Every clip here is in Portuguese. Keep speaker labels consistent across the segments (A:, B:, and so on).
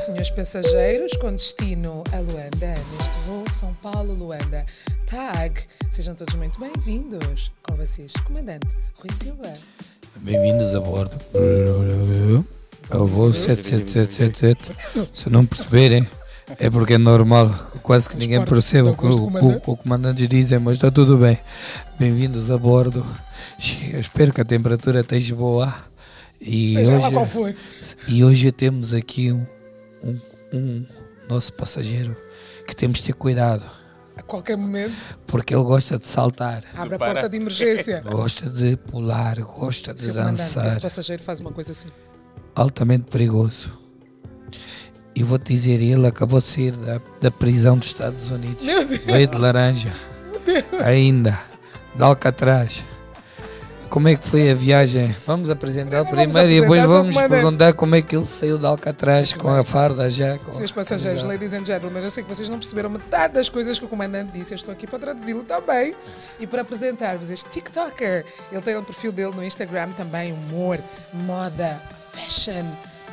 A: Senhores passageiros, com destino a Luanda, neste voo São Paulo-Luanda, TAG, sejam todos muito bem-vindos. Com vocês, Comandante Rui Silva.
B: Bem-vindos a bordo. Ao voo 7777. Se não perceberem, é porque é normal. Quase que ninguém percebe o que o, o, o comandante dizem, mas está tudo bem. Bem-vindos a bordo. Eu espero que a temperatura esteja boa. E
C: Seja lá qual foi.
B: E hoje temos aqui um, um, um nosso passageiro que temos de ter cuidado,
C: A qualquer momento,
B: porque ele gosta de saltar,
A: Abre a porta de emergência.
B: gosta de pular, gosta de
A: Seu Comandante,
B: dançar.
A: esse passageiro faz uma coisa assim.
B: altamente perigoso. E vou te dizer, ele acabou de sair da, da prisão dos Estados Unidos. Veio de laranja. Ainda. De Alcatraz. Como é que foi a viagem? Vamos apresentar
C: Vamos
B: primeiro e depois
C: apresentar,
B: vamos
C: só comandante.
B: perguntar como é que ele saiu de Alcatraz com a farda já. Com
A: Senhores
B: a
A: passageiros,
B: camisola.
A: ladies and gentlemen, eu sei que vocês não perceberam metade das coisas que o comandante disse. Eu estou aqui para traduzi-lo também e para apresentar-vos este TikToker. Ele tem o perfil dele no Instagram também, humor, moda, fashion.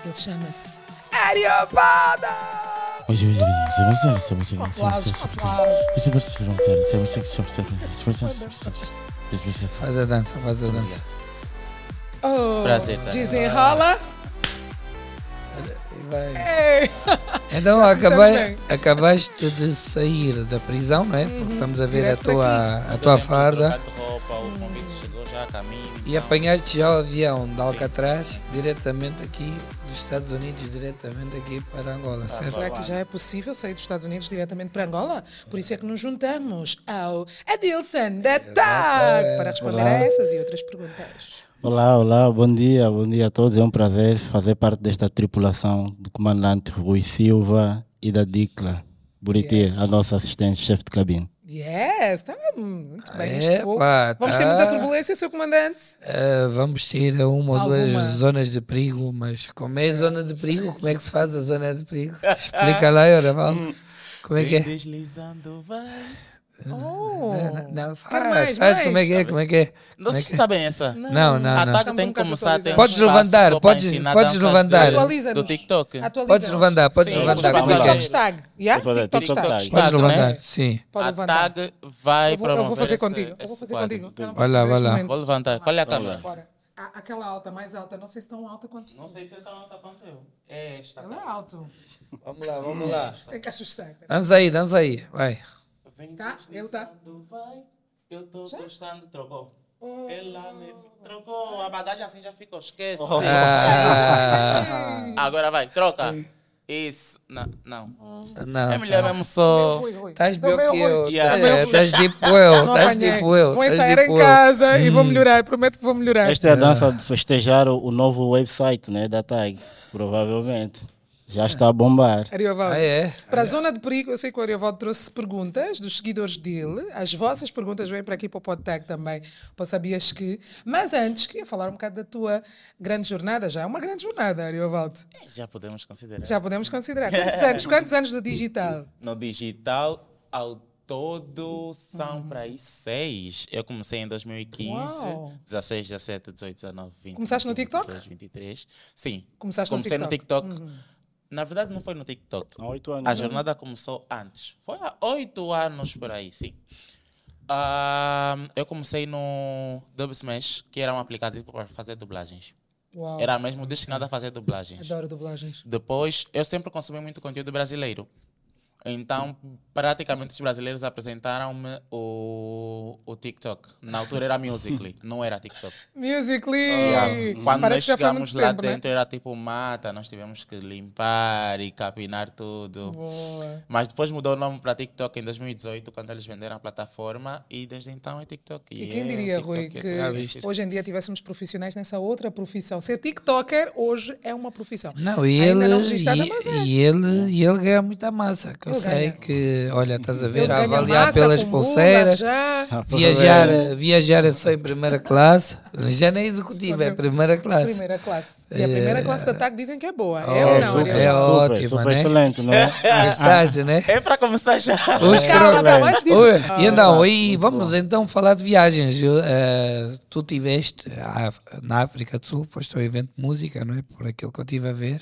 A: Ele chama-se Ariobaldo!
B: Faz a dança, faz a dança.
A: Oh,
D: Prazer, tá?
A: Desenrola.
B: E vai.
A: Ei.
B: Então
A: bem.
B: acabei, acabaste de sair da prisão, não é? Porque estamos a ver a
A: direto para
B: tua, a tua farda.
D: o convite chegou já a caminho.
B: E é apanhaste já o avião de Alcatraz diretamente aqui dos Estados Unidos, diretamente aqui para Angola, Tá certo?
A: Será que já é possível sair dos Estados Unidos diretamente para Angola? Por isso é que nos juntamos ao Adilson da TAG para responder a essas e outras perguntas.
E: Olá, olá, bom dia, bom dia a todos. É um prazer fazer parte desta tripulação do comandante Rui Silva e da Dicla Buriti, a nossa assistente, chefe de cabine.
A: Yes, tá hum, muito bem. isto
B: Epa,
A: foi.
B: tá.
A: Vamos ter muita turbulência, seu comandante.
B: Ah, vamos ter uma ou
A: Alguma.
B: duas zonas de perigo, mas como é zona de perigo, como é que se faz a zona de perigo? Explica lá, Oravaldo. Como é que é?
D: Deslizando, vai.
A: Oh,
B: Não,
A: Quero
B: não, faz,
A: mais,
B: faz,
A: mais.
B: como é que é, como é que é? Como é
D: Vocês
B: que é?
D: sabem essa?
B: Não, não, não.
D: Ataque
A: Estamos um
D: tem que
A: bocado
D: começar. Tem um
B: Podes
D: espaço
B: levantar,
D: só para
B: podes-
D: ensinar
B: podes
D: danças
B: levantar.
D: do-
A: Atualiza-nos.
D: Do TikTok.
B: Podes levantar, podes
D: Sim,
B: levantar,
D: vamos
B: como é
D: fazer
B: que
A: TikTok
B: é?
A: tag. Yeah?
E: Vou fazer
A: TikTok
E: TikTok
A: tag.
E: tag.
B: Podes
D: Tag, não é?
B: levantar, sim.
A: Pode
D: a
A: levantar.
D: tag vai
A: Eu vou, eu
D: promover
A: vou fazer
D: esse-
A: contigo. Eu vou
D: é esse
A: fazer
D: quadro.
A: contigo. Eu não
B: Vai
A: consigo
B: lá, vai
A: neste
B: lá.
A: momento.
D: Vou levantar. Qual é a câmera?
A: Bora. A- Aquela alta, mais alta. Não sei se tão alta quanto.
D: Não sei se está alta quanto eu. É esta.
A: Ela é alto.
B: Vamos lá, vamos lá.
A: Tem que ajustar.
B: Dança aí, dança aí, vai.
D: Vem
A: Tá, ele tá.
D: deslizando, vai. Eu tô gostando, trocou.
A: Oh.
D: Ela me trocou. A bagagem assim já ficou. Esquece.
B: Ah,
D: Agora vai, troca. Isso. Não. não.
B: não,
A: Ah,
D: É melhor
A: tá.
B: não.
D: mesmo só.
A: Rui, Rui.
B: Estás
A: Também
B: pior que
A: Rui.
B: eu.
D: Yeah.
B: Estás- Estás tipo eu.
A: um Não
B: Estás
A: apanhei.
B: tipo eu.
A: Vou
B: estás
A: ensaiar
B: tipo
A: em
B: eu.
A: casa e vou melhorar. Prometo que vou melhorar.
E: Esta é a dança de festejar o, o novo website né, da TAG, provavelmente. Já está a bombar.
A: Ariovaldo.
B: Ah, é?
A: Para a zona de perigo, eu sei que o Ariovaldo trouxe perguntas dos seguidores dele. As vossas perguntas vêm para aqui para o PodTag também, para sabias que. Mas antes, queria falar um bocado da tua grande jornada já. É uma grande jornada, Ariovaldo.
D: Já podemos considerar.
A: Já podemos considerar. Quantos anos, quantos anos do digital?
D: No digital, ao todo, são
A: Uhum.
D: para aí seis. Eu comecei em 2015.
A: Uau.
D: 16, 17, 18, 19, 20.
A: Começaste no
D: 21,
A: TikTok?
D: 22, 23. Sim.
A: Começaste no
D: Comecei no
A: TikTok. Uhum.
D: TikTok. Na verdade, não foi no TikTok.
E: Há oito anos,
D: A
E: né?
D: jornada começou antes. Foi há oito anos por aí, sim. Ah, eu comecei no Dub Smash, que era um aplicativo para fazer dublagens.
A: Hum, Uau.
D: Era mesmo destinado a fazer dublagens.
A: Adoro dublagens.
D: Depois, eu sempre consumi muito conteúdo brasileiro. Então, praticamente os brasileiros apresentaram-me o, o TikTok. Na altura era Musical.ly, não era TikTok.
A: Musically!
D: Ah, Quando
A: Parece que já foi há
D: nós chegamos
A: muito
D: lá
A: tempo, né?
D: dentro era tipo mata, nós tivemos que limpar e capinar tudo.
A: Boa.
D: Mas depois mudou o nome para TikTok em 2018, quando eles venderam a plataforma, e desde então é TikTok.
A: E quem
D: é
A: diria,
D: TikTok,
A: Rui,
D: é
A: que
D: TikTok.
A: hoje em dia tivéssemos profissionais nessa outra profissão? Ser TikToker hoje é uma profissão.
B: Não, e
A: Ainda
B: ele,
A: não registrada,
B: e-
A: mas é.
B: e, ele, e ele ganha muita massa. Que eu
A: Ele
B: sei
A: ganha.
B: que, olha, estás a
A: Ele
B: ver, a
A: ganha
B: avaliar
A: massa,
B: pelas
A: acumula
B: pulseiras.
A: Já.
B: Viajar, viajar é só em primeira classe. Já não é executivo, é primeira classe.
A: Primeira classe. E a primeira classe de ataque dizem que é boa. é
B: Oh,
A: ou não?
B: super.
A: Ariel?
B: É ótima,
E: super, super
B: né?
E: excelente, não é?
B: Gostaste, né?
D: É para começar já.
B: Os
A: Calma,
B: tro-
A: calma, antes disso.
B: Oi, e então, e vamos então falar de viagens. Eu, eh, tu tiveste a- na África do Sul, foste ao evento de música, não é? Por aquilo que eu estive a ver.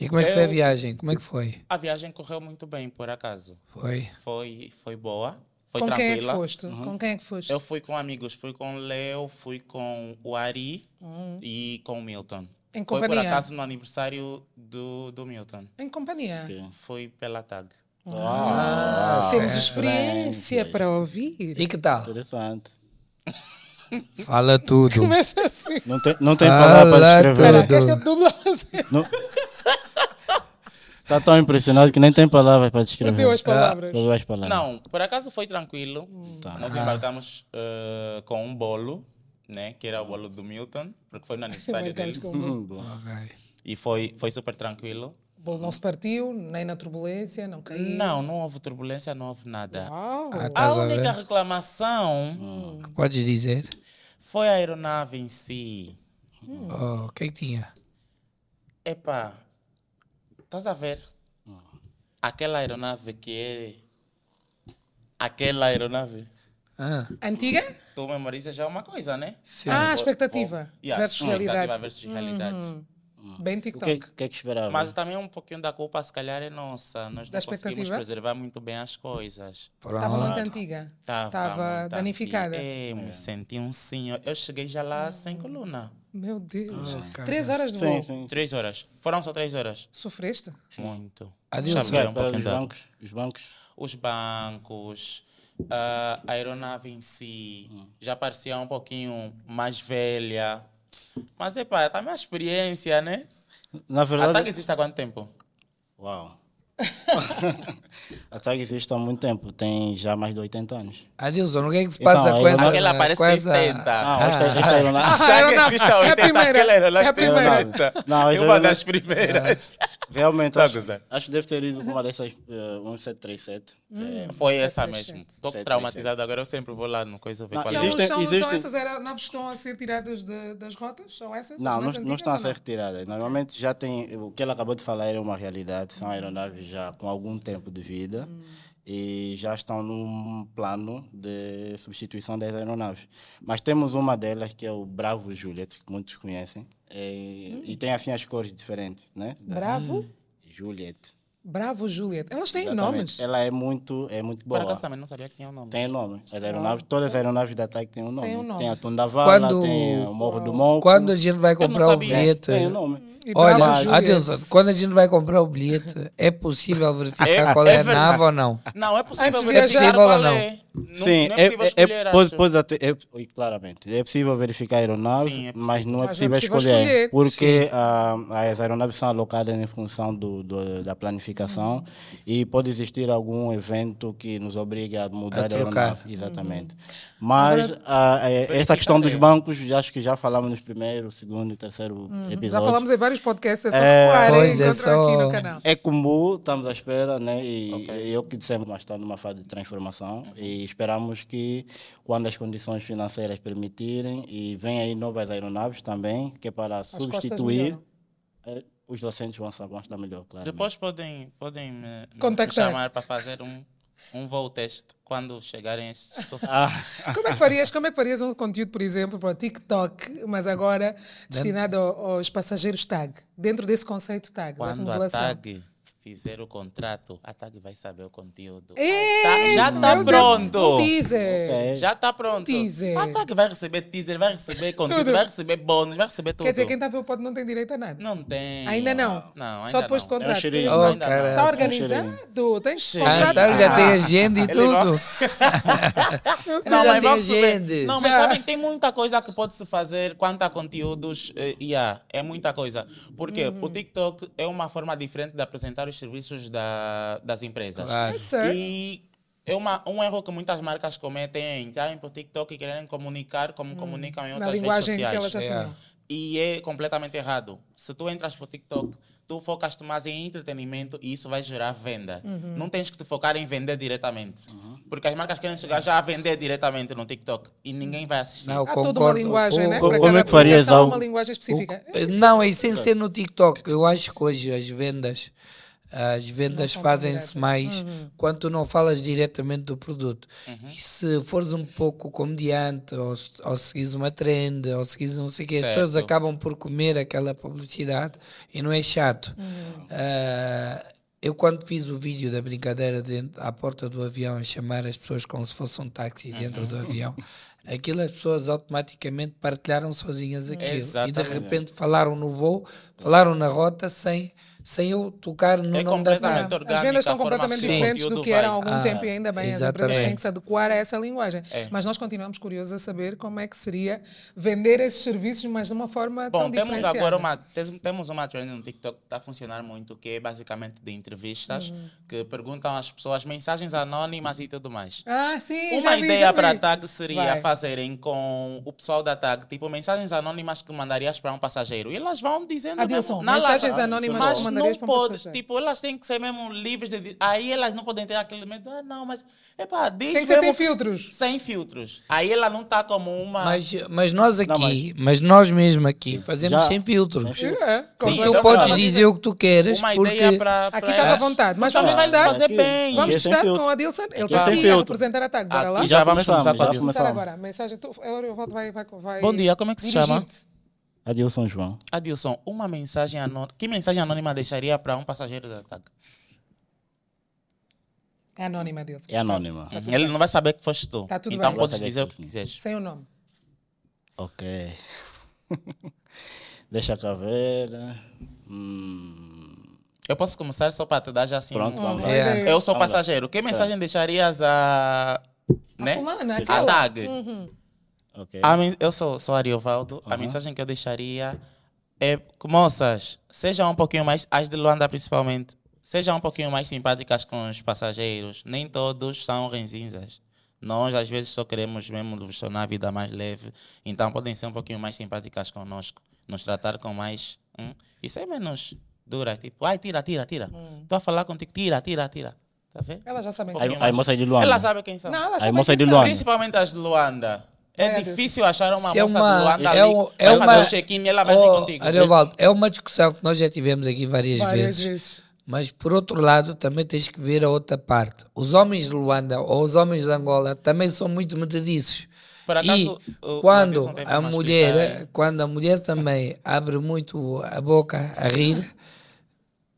B: E como é que foi a viagem? Como é que foi?
D: A viagem correu muito bem, por acaso.
B: Foi.
D: Foi, foi boa. Foi
A: com
D: tranquila. Uhum.
A: quem é que foste? Com quem é que foste?
D: Eu fui com amigos, fui com o Leo, fui com o Ari
A: Hum.
D: e com o Milton.
A: Em
D: foi por
A: companhia?
D: acaso no aniversário do, do Milton.
A: Em companhia.
D: Foi pela tag.
B: Ah,
A: Temos experiência para ouvir.
B: E que tal?
E: Interessante.
B: Fala tudo.
A: Começa assim.
E: Não tem, não tem
B: Ah,
E: palavra
B: lá,
E: para
A: Espera,
B: tudo.
E: descrever.
A: queres que eu dubla assim?
E: Está Tá tão impressionado que nem tem palavras para descrever.
A: Deu
B: Ah,
A: as palavras.
E: Perdeu as
B: Tá.
E: palavras.
D: Não, por acaso foi tranquilo.
A: Hum.
D: Nós embarcamos eh, com um bolo, né? Que era o bolo do Milton, porque foi no aniversário
A: Marcamos
D: dele.
A: com o
E: Hum.
A: bolo.
B: Ok.
D: E foi, foi super tranquilo.
A: O bolo não se partiu, nem na turbulência, não caiu.
D: Não, não houve turbulência, não houve nada.
A: Uau. Hum.
B: Ah,
D: A
B: estás a
D: única
B: ver?
D: reclamação
B: O que Podes dizer?
D: foi a aeronave em si.
B: Oh, o que é que tinha?
D: Epá, estás a ver? Aquela aeronave que é. Aquela aeronave.
B: Ah,
A: Antiga?
D: Tu memoriza já uma coisa, né?
B: sim.
A: Ah, expectativa
D: Bom, yeah,
A: versus
D: Expectativa é
A: realidade. Uhum.
D: versus realidade.
A: Bem
E: O
A: TikTok.
E: que, o que é que esperava?
D: Mas também um pouquinho da culpa, se calhar, é nossa. Nós
A: Da
D: não conseguimos
A: expectativa?
D: preservar muito bem as coisas.
A: Estava
B: Pronto.
A: muito antiga.
D: muito
A: Estava
D: antiga.
A: danificada. Uhum.
D: É, me senti um senhor. Eu cheguei já lá sem coluna.
A: Meu Deus.
D: Ah,
B: cara.
A: Três horas de
E: Sim,
A: voo.
E: sim.
D: Três horas. Foram só três horas.
A: Sofreste?
D: Muito.
B: Adeus,
D: Já
E: Espera,
D: beberam
E: espera,
D: um pouquinho
E: os
D: de água.
E: bancos, os bancos.
D: Os bancos, ah, a aeronave em si,
E: Hum.
D: já parecia um pouquinho mais velha. Mas, epá, também a experiência, né?
E: Na
D: A TAG
E: verdade,
D: existe há quanto tempo?
E: Uau. a TAG existe há muito tempo, tem já mais de 80 anos.
B: Adilson, o que é que se
E: Então,
B: passa com
E: aí-
B: essa...
D: Aquela parece
B: com essa-
D: 80.
E: Não, esta, esta aeronave,
A: Ah,
D: Sabe que
A: aeronave.
D: existe a
A: É a
D: 80,
A: primeira.
D: aquela aeronave
A: É a primeira.
D: tem 80.
E: Não, essa
D: é uma
E: aeronave-
D: das primeiras.
E: realmente,
D: Tá
E: acho,
D: gozando.
E: acho que deve ter ido com uma dessas eh, 1737.
A: Hum.
E: Eh,
A: É,
D: Foi essa mesmo. Estou
E: 737.
D: traumatizado agora, eu sempre vou lá no coisa ver
E: Não,
D: qual
A: São,
D: é.
E: Existem-
A: são, são
E: existem-
A: essas aeronaves que estão a ser tiradas de- das rotas? São essas?
E: não,
A: As
E: não,
A: mais
E: não
A: antigas
E: estão a
A: ou não?
E: ser retiradas. Normalmente já tem. O que ela acabou de falar era uma realidade. São aeronaves já com algum tempo de vida
A: Hum.
E: e já estão num plano de substituição das aeronaves. Mas temos uma delas que é o Bravo Juliet, que muitos conhecem. eh, E tem assim as cores diferentes, né? Da-
A: Hum. Bravo?
D: Hum.
E: Juliet.
A: Bravo, Juliet. Elas têm
E: Exatamente.
A: nomes.
E: Ela é muito, é muito
D: Por
E: boa.
D: acaso também não sabia quem é o nome.
E: Tem nome. As aeronaves, todas as aeronaves da TAG têm um nome.
A: Tem
E: Tem,
A: um nome.
E: a Tundavala,
B: Quando-
E: tem o Morro do Monco. é,
B: Quando a gente vai
D: não
B: comprar o
D: sabia.
B: bilhete...
A: é.
E: Tem o nome.
A: E
B: Olha,
A: Bravo, Juliet.
B: Adilson, quando a gente vai comprar o bilhete, é possível verificar
D: É-
B: qual é,
D: é
B: a nave ou não?
D: Não, é possível
A: Antes de
D: verificar
A: viajar-
D: qual
B: Não.
D: é. Não,
E: Sim,
D: não
E: é,
D: possível
E: é,
D: escolher,
E: é, pode,
D: acho.
E: pode até, é, oi, claramente. É possível verificar a aeronave,
D: Sim, é possível.
E: mas não é
A: Mas não
E: possível,
A: é possível
E: escolher.
A: escolher.
E: Porque ah, as aeronaves são alocadas em função do, do- da planificação e pode existir algum evento que nos obrigue a mudar
B: A
E: a,
B: trocar.
E: aeronave. Exatamente. Mas ah, é, esta questão dos bancos, já acho que já falamos nos primeiros, segundo e terceiro episódios.
A: Já falámos em vários podcasts, é só recuar, hein?
B: Pois é,
A: Encontram aqui
B: só-
A: no canal.
E: É comum, estamos à espera, né? E e eu que dissemos, mas está numa fase de transformação
A: Uhum.
E: e esperamos que quando as condições financeiras permitirem e vem aí novas aeronaves também, que é para
A: costas
E: substituir,
A: melhoram.
E: eh, os docentes vão, sa- vão estar melhor, claro. né?
D: Depois podem, podem me, me
A: Contactar.
D: chamar para fazer um, um voo teste quando chegarem esses sofás.
A: Como é que farias, como é que farias um conteúdo, por exemplo, para o TikTok, mas agora destinado ao- aos passageiros tag, dentro desse conceito tag, da
D: Quando a
A: remodelação?
D: TAG fizer o contrato, a TAG vai saber o conteúdo.
A: Ei,
D: Tá- já
A: meu
D: tá
A: Deus,
D: pronto.
A: Um teaser.
D: Já tá pronto.
A: Teaser.
D: A TAG vai receber teaser, vai receber conteúdo, vai receber bônus, vai receber tudo.
A: Quer dizer, quem está a ver o pod não tem direito a nada.
D: Não tem.
A: Ainda não.
D: Não, ainda
A: Só depois
D: não.
A: do contrato. Tá
E: cheirinho.
B: Oh,
D: Ainda não.
B: cara.
A: Está
E: cheirinho.
A: organizado, tens
B: Ah,
A: contrato.
B: então já
A: Ah,
B: tem agenda e
D: Ele vai-
B: tudo.
D: Não,
B: já
D: mas
B: tem
D: vamos
B: agenda.
D: ver. Não, mas sabem, tem muita coisa que pode se fazer quanto a conteúdos eh, e há. É muita coisa. Porque
B: Uhum.
D: o TikTok é uma forma diferente de apresentar os serviços da- das empresas.
B: Claro.
A: Yes, sir.
D: E é uma, um erro que muitas marcas cometem é entrarem para o TikTok e quererem comunicar como comunicam em
A: Hum, Na
D: outras redes
A: linguagem que
D: sociais.
A: ela já
B: É.
A: tinha.
D: E é completamente errado. Se tu entras pro TikTok, tu focas mais em entretenimento e isso vai gerar venda.
A: Uhum.
D: Não tens que te focar em vender diretamente.
B: Uhum.
D: Porque as marcas querem chegar já a vender diretamente no TikTok e ninguém vai assistir.
B: Não,
A: Há toda uma
B: concordo.
A: linguagem,
B: O-
A: né?
E: co-
A: Para
E: como
A: cada
E: é que farias
A: aplicação,
E: algo-
D: É,
A: uma linguagem específica.
B: Não, e sem ser no TikTok. Eu acho que hoje as vendas as vendas fazem-se mais
D: Uhum.
B: quando tu não falas diretamente do produto. E se fores um pouco comediante, ou, ou seguires uma trend, ou seguires não sei o quê, as
D: Certo.
B: pessoas acabam por comer aquela publicidade e não é chato.
D: Uhum.
B: Ah, eu quando fiz o vídeo da brincadeira dentro, à porta do avião a chamar as pessoas como se fosse um táxi dentro
D: Uhum.
B: do avião, aquilo as pessoas automaticamente partilharam sozinhas aquilo. E
D: É, Exatamente.
B: de repente falaram no voo, falaram na rota sem, sem eu tocar no
D: É
B: nome da
D: completamente
B: marca.
D: orgânica,
A: As vendas
D: a
A: estão
D: forma
A: completamente
D: como o
A: diferentes do
D: conteúdo
A: que eram há
D: vai.
A: algum
B: Ah,
A: tempo e ainda bem as empresas
B: exatamente.
A: têm que se adequar a essa linguagem.
D: É.
A: Mas nós continuamos curiosos a saber como é que seria vender esses serviços, mas de uma forma
D: Bom,
A: tão
D: temos
A: diferenciada.
D: agora uma, tes- temos uma trend no TikTok que está a funcionar muito, que é basicamente de entrevistas,
A: Uhum.
D: que perguntam às pessoas mensagens anónimas e tudo mais.
A: Ah, sim, já
D: Uma
A: vi, já
D: ideia
A: vi.
D: para a TAG seria
A: Vai.
D: fazerem com o pessoal da TAG, tipo, mensagens anónimas que mandarias para um passageiro. E elas vão dizendo
A: Adilson,
D: mesmo, na
A: mensagens
D: lata.
A: anónimas
D: mas
A: que mandarias
D: não
A: para um
D: pode,
A: passageiro.
D: Tipo, elas têm que ser mesmo livres de... Aí elas não podem ter aquele medo, ah, não, mas... Epá, diz
A: Tem que ser sem
D: mesmo-
A: filtros.
D: Sem filtros. Aí ela não está como uma...
B: Mas, mas nós aqui,
E: Não,
B: mas...
E: mas-
B: nós mesmo aqui, fazemos
E: Já-
B: sem filtro.
E: sem filtro.
A: É,
D: Sim,
B: tu
D: então,
B: podes
D: claro.
B: dizer o que tu queres,
D: uma
B: porque
D: ideia para...
A: Aqui estás à vontade, mas vamos
D: Vamos
A: testar.
D: Então fazer
E: Aqui.
D: bem.
A: Vamos
E: Este é
A: estar
E: sem
A: com
E: filtro.
A: a Dilson. Ele
E: Este
A: está
E: é sem
A: aqui a
E: filtro.
A: representar a TAG. Bora lá.
D: Aqui
A: Vamos
D: já vamos começar
E: começamos,
D: para
E: já
D: Dilson.
A: começar
E: começamos.
A: agora. Mensagem. Tu, eu, eu volto, vai, vai, vai.
D: Bom dia, como é que se chama?
A: dirigir-te.
E: Adilson João.
D: Adilson, uma mensagem anônima. Que mensagem anônima deixaria para um passageiro da TAG?
A: É anônima, Dilson.
E: É anônima.
A: Uhum.
D: Ele não vai saber que foste tu.
A: Tá tudo
D: então
A: bem.
D: podes
E: Vai saber
D: dizer o
E: que é
D: que
E: foste tu.
D: quiseres.
A: Sem o nome.
E: Ok. Deixa a caveira. Hum,
D: Eu posso começar só para te dar já assim.
E: Pronto,
D: um-
E: vamos lá.
A: Boa
B: É.
A: ideia.
D: Eu
E: Vamos lá.
D: sou
E: Tá.
D: passageiro. Que mensagem deixarias a.
A: A
D: Né?
A: fulana,
D: A
A: aquela. Hum.
D: TAG.
E: Ok.
D: É.
A: Ah,
D: A men- Eu sou, sou Ariovaldo. A mensagem que eu deixaria é: moças, sejam um pouquinho mais. As de Luanda, principalmente. Sejam um pouquinho mais simpáticas com os passageiros. Nem todos são ranzinzas. Nós, às vezes, só queremos mesmo vos tornar a vida mais leve. Então, podem ser um pouquinho mais simpáticas conosco. Nos tratar com mais. Hum, e ser menos dura. Tipo, ai, tira, tira, tira. Estou a falar contigo, tira, tira, tira. Tá vendo?
A: Elas já sabem.
D: Um
A: quem
D: pouquinho
A: são.
E: Aí
D: mais.
E: moça é de Luanda.
D: Ela sabe quem são.
A: Não, elas
E: Aí,
A: sabem.
E: moça
A: quem
E: de
A: são.
E: Luana.
D: Principalmente as de Luanda. É,
A: É,
D: difícil achar uma
B: Se
D: moça de Luanda ali.
B: é
D: vai
B: uma-
D: fazer o check-in e ela vai vir
B: Oh,
D: contigo.
B: Ariovaldo, é uma discussão que nós já tivemos aqui várias,
A: Várias
B: vezes.
A: vezes.
B: Mas por outro lado, também tens que ver a outra parte. Os homens de Luanda ou os homens de Angola também são muito metadiços.
D: Por acaso,
B: e
D: o- o
B: quando
D: Matheus ontem
B: a
D: foi-me
B: mulher,
D: explicar.
B: quando a mulher também abre muito a boca a rir,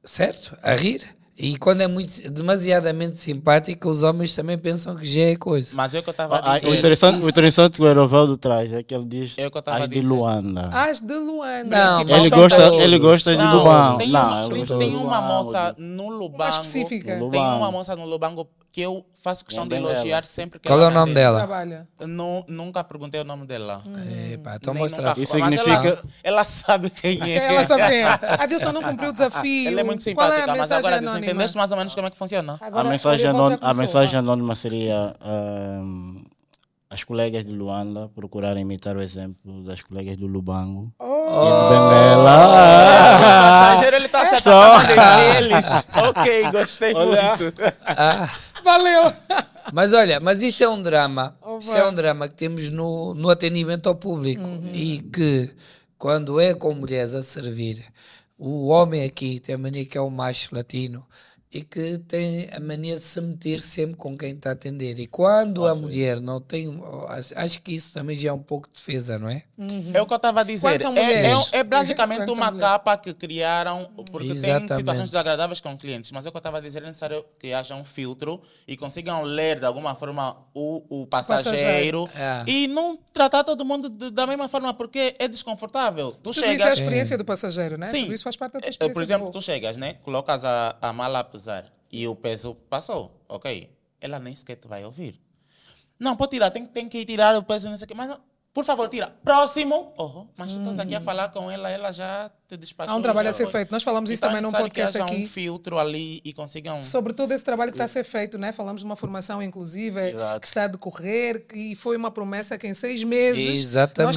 B: certo? A rir. E quando é muito demasiadamente simpática, os homens também pensam que já é coisa.
D: Mas eu que eu estava
E: Ah,
D: a
E: ah,
D: dizer.
E: o, interessante, o interessante que o Erovaldo traz é que ele diz
D: É o que eu tava
E: as de
D: dizendo. Ah,
E: Luanda.
A: As de Luanda.
B: Não, mas
E: ele,
B: são
E: gosta,
B: todos,
E: ele gosta de
B: são
E: Lubango.
D: tem,
E: é Não,
D: uma,
E: ele
B: gosto
E: gosta
D: tem
E: de
D: uma
E: Lubango.
D: moça no Lubango.
A: Uma específica.
E: No
D: Tem
E: Lubango.
D: uma moça no Lubango que eu faço questão de
E: Lembro dela.
D: elogiar sempre que
B: Qual é o
D: ela
B: nome
D: vem.
B: dela?
A: Trabalha.
D: Nu- nunca perguntei o nome dela.
A: Hum.
B: Epá, então
D: Nem é
B: mostra
D: nunca
B: a
D: fui,
E: Isso
D: mas
E: significa-
D: Ela, ela sabe quem é.
A: Quem ela sabe quem é. Adilson não cumpriu o desafio.
D: Ela é muito
A: Qual é
D: simpática,
A: a
D: mas
A: mensagem
D: agora
A: anônima? Ah.
D: entendeste mais ou menos como é que funciona.
E: A
A: Agora,
E: mensagem,
A: olha, volta
E: anônima,
A: já
E: a
A: começou,
E: mensagem
A: vá.
E: anônima seria ahm, as colegas de Luanda procurarem imitar o exemplo das colegas do Lubango. E do
D: Ah,
E: Benguela.
D: o passageiro ele tá certo a deles. ok, gostei muito.
B: Ah,
A: Valeu!
B: Mas olha, mas isso é um drama. isso é um drama que temos no, no atendimento ao público.
A: Uhum.
B: E que quando é com mulheres a servir, o homem aqui tem a mania que é o macho latino e que tem a mania de se meter sempre com quem está a atender. E quando a mulher não tem. acho- Acho que isso também já é um pouco de defesa, não é?
A: Uhum.
D: É o que eu estava a dizer.
A: Quantas são
D: É,
A: mulheres?
D: é, é basicamente
A: Quantas são
D: uma
A: mulheres?
D: capa que criaram, porque
B: Exatamente.
D: tem situações desagradáveis com clientes, mas é o que eu estava a dizer, é necessário que haja um filtro e consigam ler de alguma forma o, o passageiro,
B: passageiro. É.
D: e não tratar todo mundo de- da mesma forma, porque é desconfortável. Tu
A: Tudo isso é a
D: chegas,
A: experiência do passageiro, né? Tudo isso faz parte da tua
D: É,
A: experiência.
D: Por exemplo, tu chegas, né? Colocas a, a mala a pesar e o peso passou. Ok. Ela nem sequer te vai ouvir. Não, pode tirar, tem, tem que tirar o peso, não sei o quê. Mas não, por favor, tira. Próximo. Oh, mas tu estás aqui a falar com ela, ela já te despachou.
A: Uhum. Há um trabalho
D: já
A: a ser
D: foi.
A: feito. Nós falamos isso
D: Então,
A: também num
D: sabe
A: podcast
D: que haja um
A: aqui.
D: filtro ali e um consigam...
A: Sobre todo esse trabalho que está a ser feito, né? Falamos de uma formação inclusiva
E: Exato.
A: que está a decorrer e foi uma promessa que em seis meses
B: Exatamente.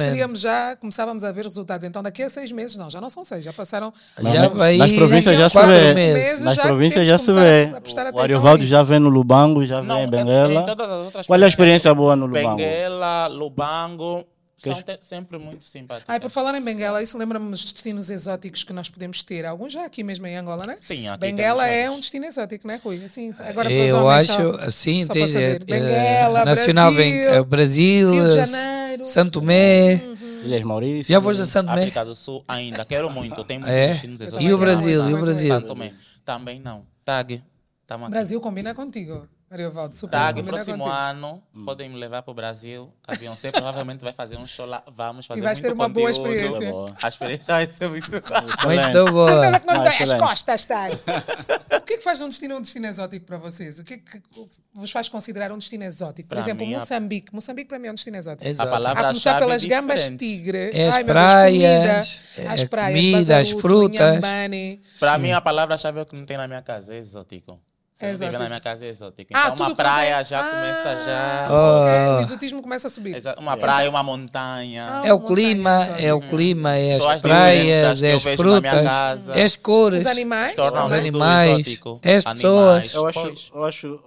A: nós teríamos já, começávamos a ver resultados. Então daqui a seis meses, não, já não são seis, já passaram
B: Já vai
E: nas províncias já se
B: quatro
E: vê.
B: meses.
E: Nas
A: já
E: províncias
A: temos
E: já
A: que
E: se
A: começar
E: vê.
A: a prestar
E: O
A: atenção
E: Ariovaldo
A: nisso.
E: já vem no Lubango, já
D: Não,
E: vem em
D: em- em
E: Benguela.
D: todas as outras
E: Qual é a
D: cidades.
E: experiência boa no Lubango?
D: Benguela, Lubango, São te- sempre muito simpáticas.
A: Ai, por falar em Benguela, isso lembra-me dos destinos exóticos que nós podemos ter. Alguns já aqui mesmo em Angola, né?
D: Sim, aqui
A: Benguela
D: temos
A: é
D: vários.
A: um destino exótico, né, Rui? Assim, agora para os
B: Eu
A: homens
B: acho,
A: só-
B: assim,
A: só
B: tem,
A: para saber.
B: é,
A: Benguela,
B: é, Nacional
A: Brasil,
B: Bem- é, Brasil,
A: Rio de
B: S-
A: Janeiro. Uhum.
B: Santo Tomé.
E: Ilhas Maurício.
B: Já vou a Santo Tomé.
D: África do Sul ainda, quero muito, tem muitos
B: É.
D: destinos exóticos.
B: E o Brasil,
A: não,
B: e o
A: não.
B: Brasil.
D: Santo Tomé. Também não. Tag. Tamo aqui.
A: Brasil combina contigo, Ariovaldo. Super
D: Tag,
A: combina
D: Tá, próximo
A: contigo.
D: ano, podem me levar para o Brasil. A Beyoncé provavelmente vai fazer um show lá. Vamos fazer
A: vais
D: muito
A: ter uma boa
D: conteúdo.
A: experiência.
D: A experiência vai ser muito boa.
B: Muito boa.
A: Certeza que não,
E: Não,
A: me dói as
E: excelente.
A: costas, tá? Ah. o que é que faz de um destino um destino exótico para vocês? O que é que vos faz considerar um destino exótico? Por
D: Para
A: exemplo,
D: mim, a-
A: Moçambique. Moçambique para mim é um destino exótico.
B: Exato.
D: A
A: A
D: palavra-chave
A: começar pelas
D: é
A: gambas
D: diferente.
A: tigre,
B: É as
A: Ai, meu Deus, comida,
B: praias, é
A: as
B: a
A: praias,
B: comida, as
A: Bazaruto,
B: frutas.
A: Inhambane.
D: Para mim, a palavra-chave é o que não tem na minha casa, é exótico. Se
A: É
D: não tiver
A: exótico.
D: na minha casa, é exótico.
A: Ah,
D: Então,
A: tudo
D: uma
A: que
D: praia
A: tem-
D: já
A: Ah,
D: começa já.
A: ok,
B: Oh.
A: O exotismo começa a subir.
D: Exa- Uma praia, uma montanha.
A: Ah,
B: É o
A: montanha,
B: clima,
A: montanha.
B: é o clima, é
D: Só
B: as
D: as diferenças
B: praias,
D: que
B: é
D: eu
B: as
D: vejo na minha
B: frutas,
D: casa.
B: é as cores.
A: Os animais.
D: Torna
B: Os
A: também.
D: muito
B: animais,
D: exótico.
B: as
D: Animais, É
B: pessoas.
E: Eu acho,
D: pois.
E: eu acho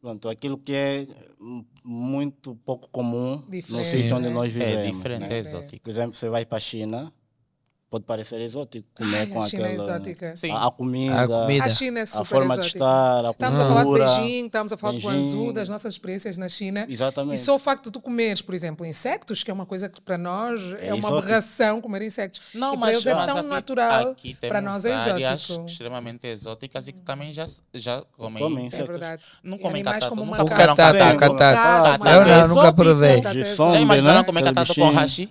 E: pronto, aquilo que é hum, muito pouco comum no
A: Diferente,
E: sítio onde
A: né?
E: nós
D: É
E: vivemos.
D: diferente, é
E: né?
D: exótico.
E: Por exemplo, você vai para a China, pode parecer exótico comer
A: Ai,
E: Né, com
A: a China é
E: aquela
A: exótica.
D: Sim.
E: A, a comida,
B: A
E: a,
B: comida.
A: A China é super
E: forma de
A: exótica.
E: estar, a
A: Estamos a
E: cultura.
A: falar de Beijing, estamos a falar de Guangzhou,
E: Beijing.
A: das nossas experiências na China. E
E: Exatamente.
A: só o facto de tu comeres, por exemplo, insectos, que é uma coisa que para nós é,
E: É
A: uma
E: exótico.
A: aberração comer insectos. e
D: Não,
A: para
D: mas
A: eles é
D: mas
A: tão
D: aqui-
A: natural,
D: aqui
A: para
D: temos
A: nós é
D: áreas
A: exótico.
D: extremamente exóticas e que também já, já comem
E: Comem
A: É
D: insetos.
A: verdade.
D: Não
A: E
D: comem
A: animais
D: catato,
A: como
D: nunca
B: O
A: macaco.
D: comeram
B: catata,
E: Sim,
B: a
E: com
B: catata.
A: Catata.
B: Eu não,
D: Exótico.
B: nunca provei.
A: Catata.
E: De
A: Já é
E: sonda,
D: Já imaginaram é comer
E: Aquele
D: catato tá com
E: né? bichinho.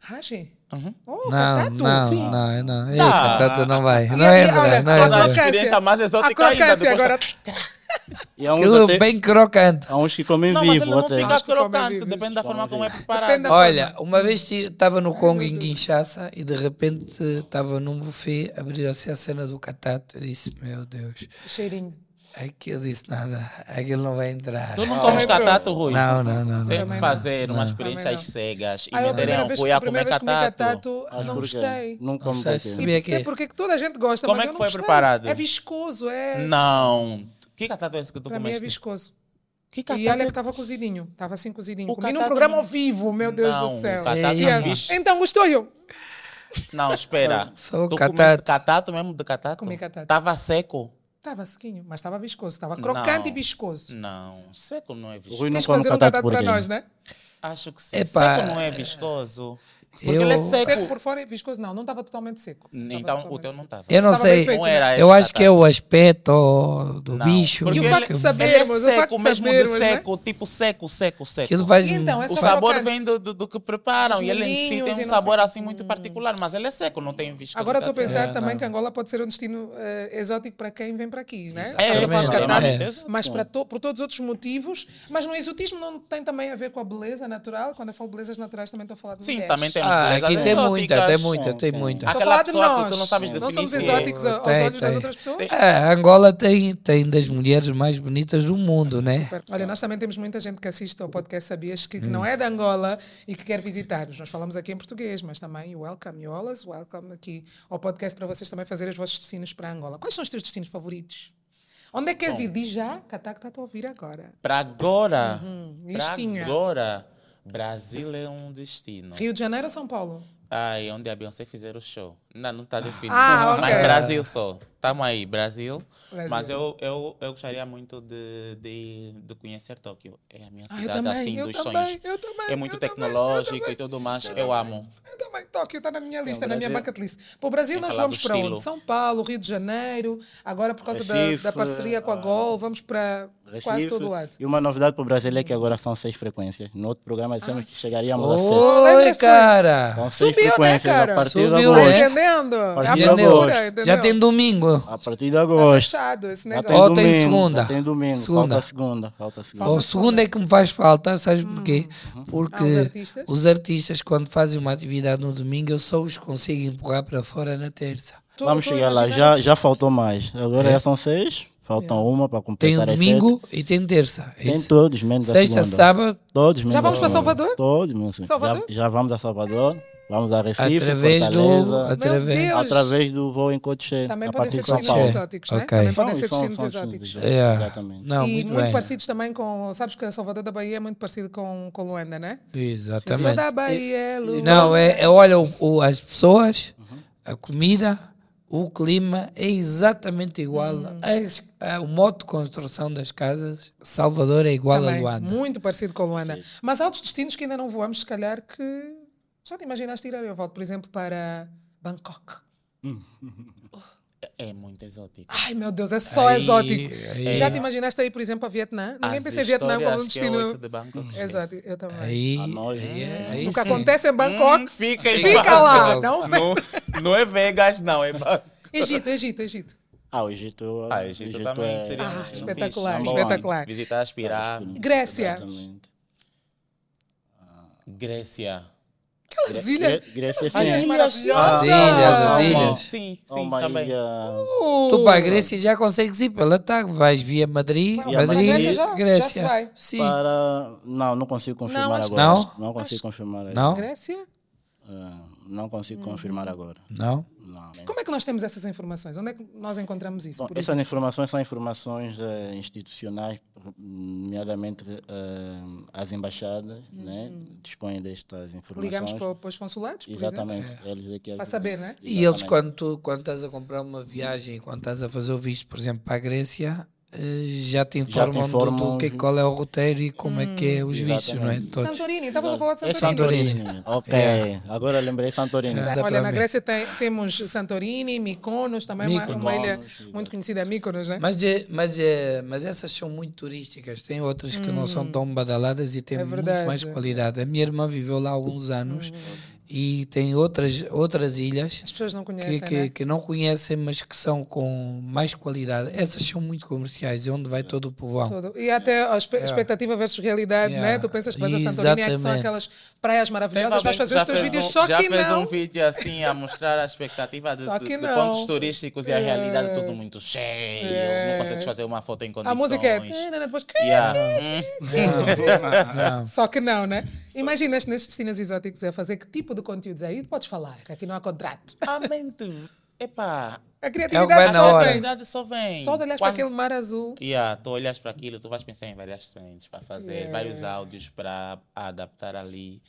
D: hashi?
A: Hashi?
D: Uhum.
A: Oh,
B: Não,
A: catato,
B: não,
A: sim.
B: não, não. Ei,
D: Tá.
B: Catata não vai.
A: E
B: Não é
A: ali, olha,
B: verdade, não
A: a
B: é verdade.
A: crocância.
D: experiência mais exótica
A: A crocância
D: ainda, depois-
A: agora.
E: E é há uns,
B: Aquilo
E: até-
B: bem crocante.
E: há uns que comem
D: Não, mas ele
E: vivo
D: não
E: até.
D: fica
A: Acho que comem
D: crocante,
A: vivos.
D: depende da forma como é
A: Depende
D: preparado.
A: da
B: Olha, uma vez estava no Congo em Kinshasa e de repente estava num buffet, abriu-se a cena do catato. Eu disse, meu Deus,
A: Cheirinho.
B: aquilo disse nada, aquilo não vai entrar.
D: Tu não É, comes catato, Rui?
B: Não, não, não. não.
D: Tem que fazer uma experiência
A: Também não.
D: às cegas e
A: Ah, eu a
D: meterem
A: primeira
D: um
A: vez,
D: cuia
A: a
D: a
A: primeira
D: comer
A: vez que comi
D: catato.
A: catato,
E: Acho
A: não
E: que
A: gostei.
E: Não como
B: sei
E: catato.
B: se-
A: E
B: Sabia
A: sei
B: é que-
A: porque que toda a gente gosta,
D: Como
A: mas
D: é
A: eu
D: que
A: não
D: foi
A: gostei.
D: preparado?
A: É viscoso, é...
D: Não. Que catato é esse que tu
A: Para mim é
D: comeste?
A: viscoso.
D: Que
A: E olha que
D: catato? é
A: estava cozidinho, estava assim cozidinho.
D: O
A: Comi num
D: catato
A: programa
D: não-
A: ao vivo, meu Deus
D: Não,
A: do céu.
D: o catato
A: E
B: é
A: a-
D: bicho.
A: Então gostou eu.
D: Não, espera.
B: Só o
D: tu comeste
B: catato.
D: catato mesmo de catato?
A: Comi catato.
D: Tava seco?
A: Estava sequinho, mas estava viscoso, estava crocante e viscoso.
D: Não, seco não é
E: O
D: viscoso.
E: Rui não
A: Tens que
E: come
A: fazer um
E: catato
A: tratado
E: por
A: para
E: aqui.
A: nós, né?
D: Acho que sim.
B: Epá,
D: seco não é viscoso. Porque
B: eu-
D: ele é seco.
A: Seco por fora e viscoso. Não, não estava totalmente seco. Não tava
D: Então o
A: totalmente
D: teu não
A: seco.
D: estava.
B: Eu não
A: Tava bem
B: sei,
A: feito,
D: Não era
B: eu
D: esse
B: acho que é
D: catato.
B: o aspecto do bicho.
D: porque
A: E o facto de
D: ele-
A: saber-
D: ele
A: sabermos, o
D: é
A: facto
D: seco,
A: de
D: mesmo
A: sabermos,
D: de
A: né?
D: seco, tipo seco, seco, seco.
B: Aquilo vai...
A: Então, é
D: o
A: só
D: sabor
A: crocante.
D: vem do, do, do que preparam
A: Dos
D: e ele em si
A: molhinhos e
D: tem um
A: não sei
D: sabor
A: o Hum.
D: assim muito particular, mas ele é seco, não tem viscosidade.
A: Agora estou a pensar
B: É,
A: também
B: não.
A: que Angola pode ser um destino eh, exótico para quem vem para aqui, né?
D: É,
A: Estamos a falar de
B: exatamente.
A: Carnado,
B: É.
A: Mas para to- por todos os outros motivos. Mas no exotismo não tem também a ver com a beleza natural? Quando eu falo belezas naturais também estou a falar de
D: Sim,
A: mulheres.
D: também temos
B: Ah,
D: belezas
B: aqui tem
D: exóticas.
B: muita, tem muita, tem
E: Tem.
B: muita.
A: Estou a
D: Aquela
A: falar de
D: pessoa que
A: nós.
D: tu não sabes
A: não somos
D: definir se é-
A: exóticos aos
B: Tem,
A: olhos das
B: tem.
A: outras pessoas?
B: Ah, Angola tem, tem das mulheres mais bonitas do mundo,
D: É.
B: né?
A: Super. Olha, nós também temos muita gente que assiste ao podcast Sabias que, que
D: Hum.
A: não é de Angola e que quer visitar-nos. Nós falamos aqui em português, mas também welcome you always, welcome aqui ao podcast para vocês também fazerem os vossos destinos para Angola. Quais são os teus destinos favoritos? Onde é que queres ir? Diz já, Cataco está a ouvir agora.
D: Para agora,
A: Uhum.
D: pra
A: listinha.
D: agora, Brasil é um destino.
A: Rio de Janeiro ou São Paulo?
D: Ai, onde a Beyoncé fizer o show. Ainda não está definido.
A: Ah, ok.
D: Mas Brasil só. Estamos aí, Brasil.
A: Brasil.
D: Mas eu, eu, eu gostaria muito de, de, de conhecer Tóquio. É a minha
A: Ah, eu
D: cidade
A: também,
D: assim
A: eu
D: dos
A: também,
D: sonhos.
A: eu também,
D: é muito
A: eu também, eu
D: tecnológico
A: também,
D: e tudo mais. Eu amo.
A: Eu também, Tóquio está na minha lista, na minha
E: Brasil.
A: bucket list. Para o Brasil
D: Sem
A: nós
D: é falar
A: vamos
D: do
A: para
D: estilo.
A: onde? São Paulo, Rio de Janeiro, agora por causa da- da,
E: Recife,
A: parceria com a
E: ah,
A: Gol, vamos para quase
E: Recife.
A: todo lado.
E: E uma novidade para o Brasil é que agora são seis frequências. No outro programa dissemos que chegaríamos a sete.
B: Oi,
A: é
B: cara!
E: São
A: Ah, oh.
E: seis
A: Subiu, né,
E: frequências
A: cara?
E: a partir de
B: Subiu,
A: Tá
E: agora.
B: né?
A: entendendo?
E: Mas
A: A
E: de
B: Entendeu?
E: agora,
A: procura, entendeu? Tá
B: Já tem domingo.
E: A partir de agosto.
A: fechado né, esse
E: Já
A: negócio.
E: tem
B: Ou
E: domingo.
B: tem segunda.
E: já Tem domingo.
B: Segunda.
E: Falta segunda. Falta segunda.
B: O segundo é que me faz falta, sabes porquê?
A: Hum. Ah,
B: Porque
A: os artistas?
B: os artistas, quando fazem uma atividade no domingo, eu só os consigo empurrar para fora na terça.
A: Tô-
E: Vamos
A: tô
E: chegar lá. Já,
A: imaginando.
E: já faltou mais. Agora já são seis.
A: É.
E: Faltam uma para
B: É. Tem
E: completar
B: o
E: as
B: domingo e tem terça. é
E: sete. Tem
B: isso.
E: todos, menos a
B: Sexta,
E: segunda.
B: sábado,
E: Todos, menos
A: vamos
E: a
A: para
E: segunda.
A: Salvador?
E: Todos, menos a segunda.
A: Salvador?
E: Já, já vamos a Salvador. Vamos a Recife,
B: Através do-
E: Fortaleza,
B: através-
A: Meu Deus!
E: através do voo em Coche.
A: Também
E: a
A: podem ser
E: partir de São
A: destinos
E: Paulo.
A: exóticos, né?
B: Ok.
A: Também podem
E: São-
A: ser
E: são-
A: destinos
E: são
A: exóticos.
E: destinos
B: Yeah.
E: Exatamente.
B: É. Não,
A: e
B: muito,
A: muito
B: bem.
A: parecidos também com. Sabes que Salvador da Bahia é muito parecido com, com Luanda, né? Eu sou
B: Exatamente.
A: da Bahia, Luanda.
B: Não, é, é- olha, o- o- as pessoas,
E: Uhum.
B: a comida, o clima é exatamente igual.
A: Hum.
B: As- a- o modo de construção das casas, Salvador é igual a
A: Também,
B: Luanda.
A: Muito parecido com Luanda. Mas há outros destinos que ainda não voamos, se calhar que já te imaginaste ir. Eu volto, por exemplo, para Bangkok.
D: É muito exótico.
A: Ai meu Deus, é só
B: Aí-
A: exótico.
B: aí-
A: já te imaginaste aí, por exemplo, para Vietnã? Ninguém
D: As
A: pensa em Vietnã como um
D: histórias que eu
A: destino
D: ouço de Bangkok,
A: exótico. Eu também.
B: Aí,
E: A nós,
B: aí-
E: né?
B: aí
A: o que
B: sim.
A: acontece em Bangkok
D: Hum, fica em
A: fica
D: Bangkok.
A: lá. Não vem.
D: Não, não é Vegas, não. É Bangkok.
A: Egito, Egito, Egito.
E: Ah, o Egito, é
D: Ah, Egito, também seria
A: Ah,
D: um destino
A: espetacular,
D: fixe.
E: Number
A: espetacular.
D: Visitar as pirâmides.
A: Grécia.
E: Exatamente.
D: Grécia.
A: Aquelas ilhas.
E: Gre- Grécia,
A: As
E: É, sim.
A: ilhas
D: Sim.
A: maravilhosas.
B: As ilhas, as
D: Ah,
B: ilhas.
D: Sim,
E: Há
D: sim,
E: uma
D: também.
E: ilha-
A: Uh,
B: Tu para a Grécia já consegues ir pela TAG, vais via Madrid,
A: Não,
E: para a
B: Madrid,
A: Grécia já- já se
B: Grécia.
A: vai.
B: Sim.
E: para... Não, não consigo confirmar
A: acho-
E: agora.
B: Não?
E: Não consigo
A: Acho-
E: confirmar.
B: Não?
A: Grécia?
E: Ah, não consigo
A: Hum.
E: confirmar agora.
B: Não?
E: Não.
A: Como é que nós temos essas informações? Onde é que nós encontramos isso?
E: Bom,
A: por
E: essas informações são informações eh, institucionais, nomeadamente eh, as embaixadas, né? Dispõem destas
A: exemplo? Hum.
E: informações.
A: Ligamos para, para os consulados, por exemplo?
E: Exatamente. Eles é que
A: Para
E: ajudam.
A: saber, né?
B: E eles,
E: Exatamente.
B: quando, tu, quando estás a comprar uma viagem, quando estás a fazer o visto, por exemplo, para a Grécia, eh, já te informam, do- do,
E: informam
B: que,
E: os- Hum,
B: qual é o roteiro e como é que é os vistos, não é?
E: exatamente.
B: Todos.
A: Santorini, estavas a tá falar de
E: É
A: Santorini. É.
E: Santorini. Ok, agora lembrei Santorini.
B: Exato. Dá
A: Olha,
B: para
A: na
B: ver.
A: Grécia tem- temos Santorini, Mykonos, também é uma- uma,
B: Mykonos,
A: ilha
E: exato.
A: muito conhecida, Mykonos, né?
B: Mas, eh, mas, eh, mas essas são muito turísticas, tem outras que não são tão badaladas e têm
A: Hum. É
B: muito
A: verdade. Hum.
B: mais qualidade. A minha irmã viveu lá há alguns anos e tem outras, outras ilhas
A: As pessoas não
B: que,
A: conhecem,
B: que,
A: né?
B: que não conhecem, mas que são com mais qualidade. Essas são muito comerciais, é onde vai todo o povão.
A: Todo. E até a espe- expectativa versus realidade,
B: Yeah.
A: né? Tu pensas que vais a Santorini é que são
B: É. Exatamente.
A: aquelas praias
D: Teve
A: maravilhosas,
D: alguém
A: vais
D: que
A: fazer
D: já
A: os teus
D: fez
A: vídeos,
D: um-
A: só
D: já
A: que
D: fez
A: não.
D: um vídeo assim a mostrar a expectativa de,
A: Só
D: de-
A: que
D: de
A: não.
D: pontos turísticos e a
A: É.
D: realidade tudo muito cheio.
A: É.
D: Não consegues fazer uma foto em condições.
A: A música é. Depois,
D: Yeah. Hum.
A: Só que não, né? Imaginas nestes destinos exóticos a fazer que tipo de conteúdos aí? Podes falar, que aqui não há contrato.
D: A mente. Epá.
A: A
B: É vai
A: criatividade
B: na
A: só
B: hora.
A: vem.
D: realidade só vem.
A: Só de olhar para aquele mar azul.
D: Yeah, tu olhas para aquilo, tu vais pensar em várias frentes para fazer,
A: Yeah.
D: vários áudios para adaptar ali.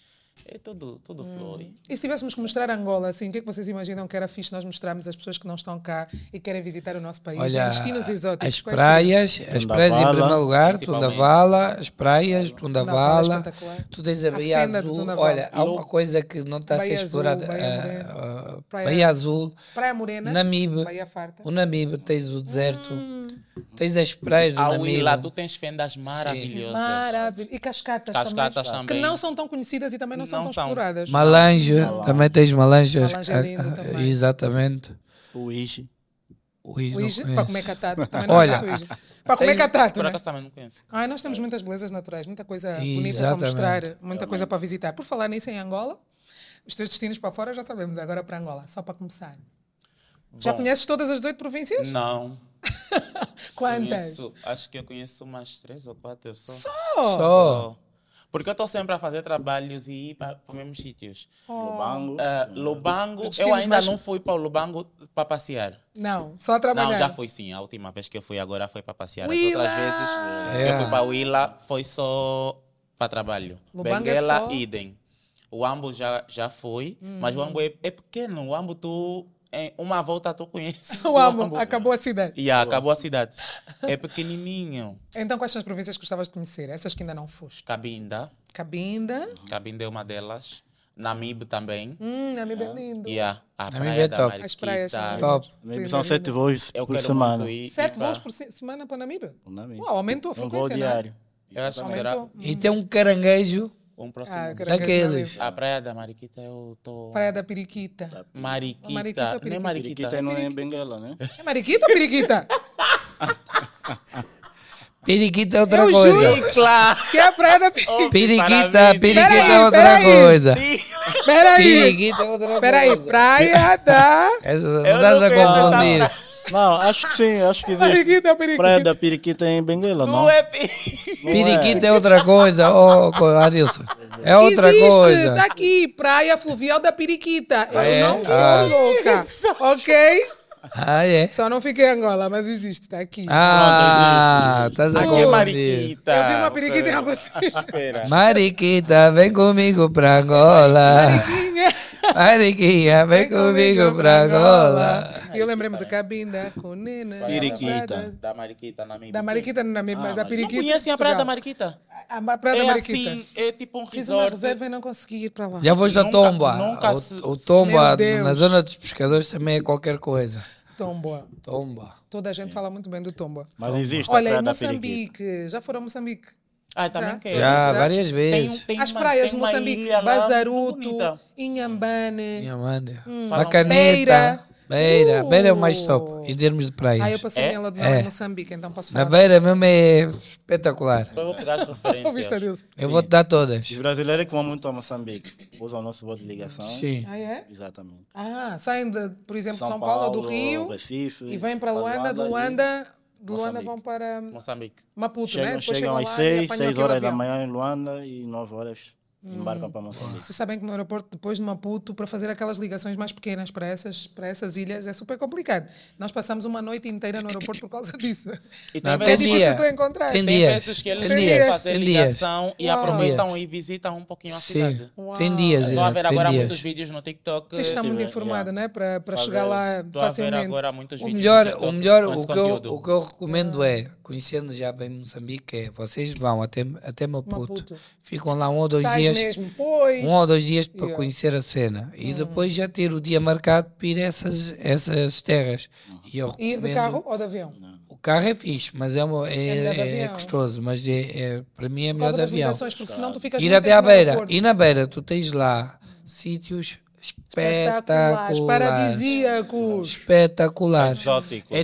D: É tudo, tudo
A: Hum.
D: flui.
A: E se tivéssemos que mostrar Angola, assim, o que é que vocês imaginam que era fixe nós mostrarmos às pessoas que não estão cá e querem visitar o nosso país?
B: Olha,
A: destinos exóticos.
B: as
A: quais seriam?
B: praias, as praias em
E: Tundavala,
B: primeiro lugar,
D: principalmente.
B: Tundavala, as praias,
A: Tundavala é
B: Tundavala,
A: espetacular.
B: tu tens a
A: A
B: Bahia
A: fenda de
B: Azul,
A: Tundavala.
B: olha, há uma coisa que não está a ser
A: Bahia Azul,
B: explorada,
A: Bahia
B: ah, ah,
A: Praia- Hum?
B: Bahia Azul,
A: Praia Morena,
B: Namibe,
A: Bahia Farta.
B: o Namibe, tens o deserto,
A: Hum.
B: tens as praias do
D: Ao ir um lá, tu
B: Namibe,
D: tens fendas maravilhosas.
A: Maravilha. E cascatas,
D: Cascatas
A: também.
D: também.
A: Que não são tão conhecidas e também não, são
D: Não
A: tão
D: são.
A: exploradas.
B: Malange, também tens Malange,
A: Malange é
B: ah,
A: lindo
B: ah,
A: também.
B: exatamente,
E: O Ishi.
B: O Is
A: O
B: não
A: Iji, para
B: conheço.
A: comer catato. Também
B: Olha,
A: não conheço o Iji. Para comer catato.
D: Por
A: né?
D: acaso também não conheço.
A: Ai, nós temos muitas belezas naturais, muita coisa bonita para
B: Exatamente.
A: mostrar, muita coisa para visitar. Por falar nisso, em Angola, os teus destinos para fora já sabemos, agora para Angola, só para começar. Já
D: Bom.
A: conheces todas as 18 províncias?
D: Não.
A: Quantas? Oh,
D: Conheço, acho que eu conheço umas três ou quatro só. Só?
B: Só.
D: Porque eu estou sempre a fazer trabalhos e ir para os mesmos sítios.
A: Oh.
E: Lubango.
D: Ah, Lubango,
A: Hum. Os
D: eu
A: destinos
D: ainda
A: mais-
D: não fui para o Lubango para passear.
A: Não, só a trabalhar.
D: Não, já fui sim. A última vez que eu fui agora foi para passear.
A: Willa!
D: As outras vezes eh, que eu
B: Yeah.
D: fui para Willa foi só para trabalho.
A: Lubango é
D: Benguela,
A: só- Uhum.
D: idem. O Ambo já, já foi, mas o Ambo é, é pequeno. O Ambo tu, em uma volta tu conheces.
A: O amo, acabou a cidade.
D: E acabou a cidade. É pequenininho.
A: Então, quais são as províncias que gostavas de conhecer? Essas que ainda não foste.
D: Cabinda.
A: Cabinda.
D: Cabinda é uma delas. Namibe também.
A: Hum, Namibe é lindo.
D: E a, a
B: Namibe
D: praia
B: é
D: da
B: top.
D: Mariquita.
A: As praias. são lindas.
B: Top.
E: Maybe
A: Lindo,
E: são
A: lindo.
E: sete voos
D: Eu
E: por
D: quero
E: semana.
D: muito ir.
A: Sete
D: ir pra-
A: voos por se- semana para Namibe?
E: Namibe.
A: Uau, aumentou a
E: Um voo
A: frequência, não é?
E: diário.
D: Eu acho que será
A: Aumentou.
B: E tem um caranguejo
D: um próximo.
A: Ah, eu quero
B: daqueles.
D: A praia da Mariquita eu tô...
A: Praia da Periquita.
D: Tá. Mariquita.
A: Mariquita ou
D: não é
A: periquita?
D: Mariquita.
E: Periquita não é em Benguela, né?
A: É Mariquita ou Periquita?
B: Periquita é outra
A: Eu
B: coisa.
A: juro.
D: Sim, claro.
A: Que é a Praia da Periquita.
B: Oh. Periquita,
D: Parabéns.
B: periquita é
A: Peraí,
B: outra
A: peraí.
B: coisa.
A: Peraí.
B: Periquita é outra coisa.
A: Peraí, Praia da.
B: Essa,
D: Eu
B: não estás
D: não
B: a
D: conheço essa
B: confundir.
E: Não, acho que sim, acho que existe.
A: Periquita, periquita.
E: Praia da Periquita em Benguela, não?
D: Tu é pi-
E: Não
B: Periquita é outra coisa, oh, co- Adilson. É outra
A: Existe,
B: coisa.
A: Tá aqui, Praia Fluvial da Periquita. Eu
B: É?
A: não sou
B: Ah.
A: louca. Ok?
B: Ah, é?
A: Só não fiquei em Angola, mas existe, tá aqui.
B: Ah,
E: Pronto,
B: estás a
D: Aqui é
A: Oh.
B: confundir.
D: Mariquita.
A: Eu vi uma
D: Tá,
A: periquita em Angola.
E: Espera.
B: Mariquita, vem comigo pra Angola. Mariquinha, vem
A: Vem
B: comigo pra Angola.
A: E eu lembrei-me de Cabinda, Conena.
E: Periquita.
D: Da Mariquita na minha
A: Da Mariquita não é mesmo, mas da
D: Ah, Não
A: Periquita.
D: conhecem a Praia
A: Portugal.
D: da Mariquita?
A: A ma- Praia da
D: É
A: Mariquita.
D: assim, é tipo um
A: Fiz uma
D: resort.
A: reserva e não consegui ir para lá.
B: Já vou da
D: Nunca-
B: Tomba.
D: nunca
B: O-
D: se-
B: o,
D: se-
B: Tomba
A: Meu Deus.
B: na zona dos pescadores também é qualquer coisa.
A: Tomboa.
B: Tomba.
A: Toda a gente fala muito bem do Tomboa.
E: Mas existe a
A: Olha,
E: Praia
A: em
E: da Periquita.
A: Moçambique. Já foram a Moçambique?
D: Ah, também
A: Já.
D: quero.
B: Já,
A: Já.
B: várias
D: Tem,
B: vezes.
D: um- tem
A: As
D: uma-
A: praias de
D: tem uma
A: Moçambique.
D: ilha lá muito
A: Bazaruto,
D: bonita.
A: Inhambane.
B: Minha mãe.
D: Falam
B: Bacaneta. Beira.
A: Beira.
B: Beira é o mais top.
A: Uh.
B: Em termos de
A: Ah, eu
B: praias.
A: passei
D: É?
A: minha lua de
B: É.
A: mel em Moçambique, então posso
B: Na
A: falar.
B: beira mesmo é espetacular.
D: Eu vou pegar as
A: Ouviste a
D: referências.
A: Deus?
B: Eu vou te dar todas.
E: Os brasileiros que vão muito a Moçambique usam o nosso bote de ligação.
B: Sim.
A: Ah, é?
E: Exatamente.
A: Ah, saem, de, por exemplo, de São Paulo, do Rio
E: Recife,
A: e vêm para Luanda. De
E: e
A: Luanda, de Luanda
E: Moçambique.
A: vão para
D: Moçambique.
A: Maputo, né?
E: Chegam,
A: Depois
E: chegam às
A: lá e
E: 6,
A: apanham
E: 6
A: aquele
E: horas da
A: avião. Hum.
E: manhã em Luanda e 9 horas embarcam para Moçambique.
A: Vocês sabem que no aeroporto, depois de Maputo, para fazer aquelas ligações mais pequenas para essas, para essas ilhas, é super complicado. Nós passamos uma noite inteira no aeroporto por causa disso.
D: E tem
B: Não,
A: é
B: tem
D: vezes,
A: difícil
B: dia.
A: para encontrar.
B: Tem
D: tem
B: dias.
D: vezes que eles
B: Tem
D: vêm
B: dias.
D: fazer
B: Tem dias.
D: ligação e
A: Uau.
D: aproveitam e visitam um pouquinho a
B: Sim.
D: cidade.
B: Tem dias. é,
D: Estou a ver
B: Tem
D: agora
B: dias.
D: muitos vídeos no TikTok.
A: Tens de estar muito
E: tive-
A: informada,
E: yeah.
A: né? Para, para
E: Estou a
A: chegar
E: ver-
A: lá
D: Estou a ver
A: facilmente.
D: agora muitos
B: O
D: vídeos.
B: melhor,
D: no TikTok
B: o melhor
D: com esse
B: o, que eu,
D: conteúdo.
B: o que eu recomendo é, conhecendo já bem Moçambique, é vocês vão até, até Maputo,
A: Maputo.
B: ficam lá um ou dois
A: Sais
B: dias,
A: mesmo, pois.
B: um ou dois dias para
A: Yeah. Hum.
B: conhecer a cena e depois já ter o dia marcado para ir a essas, essas terras. E eu
A: Ir de
B: recomendo-
A: carro ou de avião?
B: O carro é fixe, mas é, uma- é,
A: melhor de
B: é
A: avião.
B: custoso, mas é, é- para mim é
A: Por
B: melhor
A: causa
B: de
A: das
B: avião.
A: ligações, porque senão tu ficas
B: Ir
A: muito
B: até
A: tempo
B: à
A: no
B: beira.
A: aeroporto.
B: E na beira tu tens lá sítios
A: Espetaculares,
B: espetaculares.
A: paradisíacos.
B: Espetaculares.
D: Exóticos.
B: É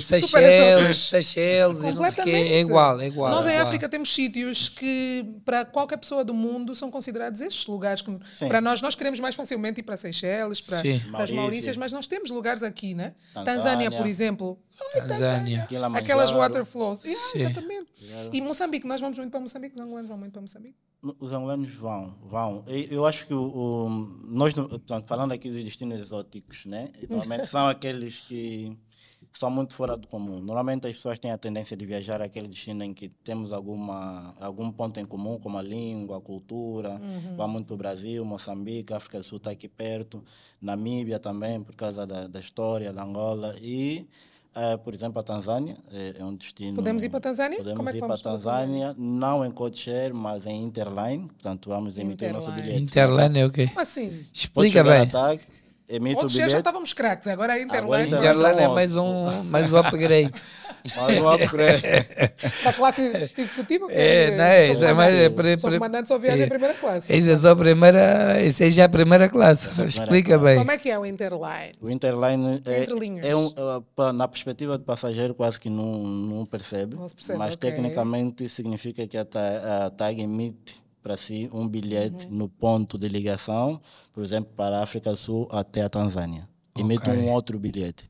A: Super
B: Seychelles, Seychelles e não sei o quê.
A: Completamente.
B: É igual, é igual.
A: Nós
B: é
A: em
B: igual.
A: África temos sítios que, para qualquer pessoa do mundo, são considerados estes lugares. Que,
E: Sim.
A: para nós, nós queremos mais facilmente ir para Seychelles, para,
B: Sim.
A: para as
E: Maurícia.
A: Maurícias, mas nós temos lugares aqui, né?
E: Tanzânia.
A: Tanzânia, por exemplo.
B: Tanzânia.
E: Kilimanjaro.
A: Aquelas waterflows. Yeah,
B: Sim.
A: exatamente. E Moçambique, nós vamos muito para Moçambique, os angolanos vão muito para Moçambique.
E: Os angolanos vão, vão. E Eu acho que o, o- nós, no- portanto, falando aqui dos destinos exóticos, né? Normalmente são aqueles que são muito fora do comum. Normalmente as pessoas têm a tendência de viajar àquele destino em que temos alguma, algum ponto em comum, como a língua, a cultura.
A: Uhum.
E: Vão muito para o Brasil, Moçambique, África do Sul está aqui perto, Namíbia também, por causa da, da história da Angola. E, eh, por exemplo, a Tanzânia eh, é, um destino.
A: Podemos ir para a Tanzânia?
E: Podemos
A: Como é que
E: ir para a
A: vamos para a
E: Tanzânia, não em codeshare, mas em Interline. Portanto, vamos emitir o nosso
A: Interline.
E: bilhete.
B: Interland é o quê?
A: Como assim?
E: Pode
B: Explica
E: chegar
B: bem.
E: tipo a TAG, emite o
A: Outros dias já
E: bilhete,
A: estávamos craques, agora é
E: Agora
A: Interland.
E: Interland.
B: Interland é mais um, mais um upgrade.
A: tá-
E: mas o um upgrade.
A: Da classe executiva?
B: É,
A: que
B: não é?
A: sou
B: Isso é mais. É,
A: comandante.
B: pre-
A: Sou
B: pre-
A: comandante, só viaja
B: é.
A: em primeira classe.
B: Isso é só a primeira. Isso é já a primeira classe. Explica bem.
A: Como é que é o Interline?
E: O Interline
A: Entre linhas.
E: é, é um, é, pa- na perspectiva do passageiro, quase que não, não percebe,
A: Não se percebe,
E: mas
A: ok.
E: tecnicamente significa que a, ta, a TAG emite para si um
A: Uhum.
E: bilhete no ponto de ligação, por exemplo, para a África do Sul até a Tanzânia. Emite
B: Ok.
E: um outro bilhete.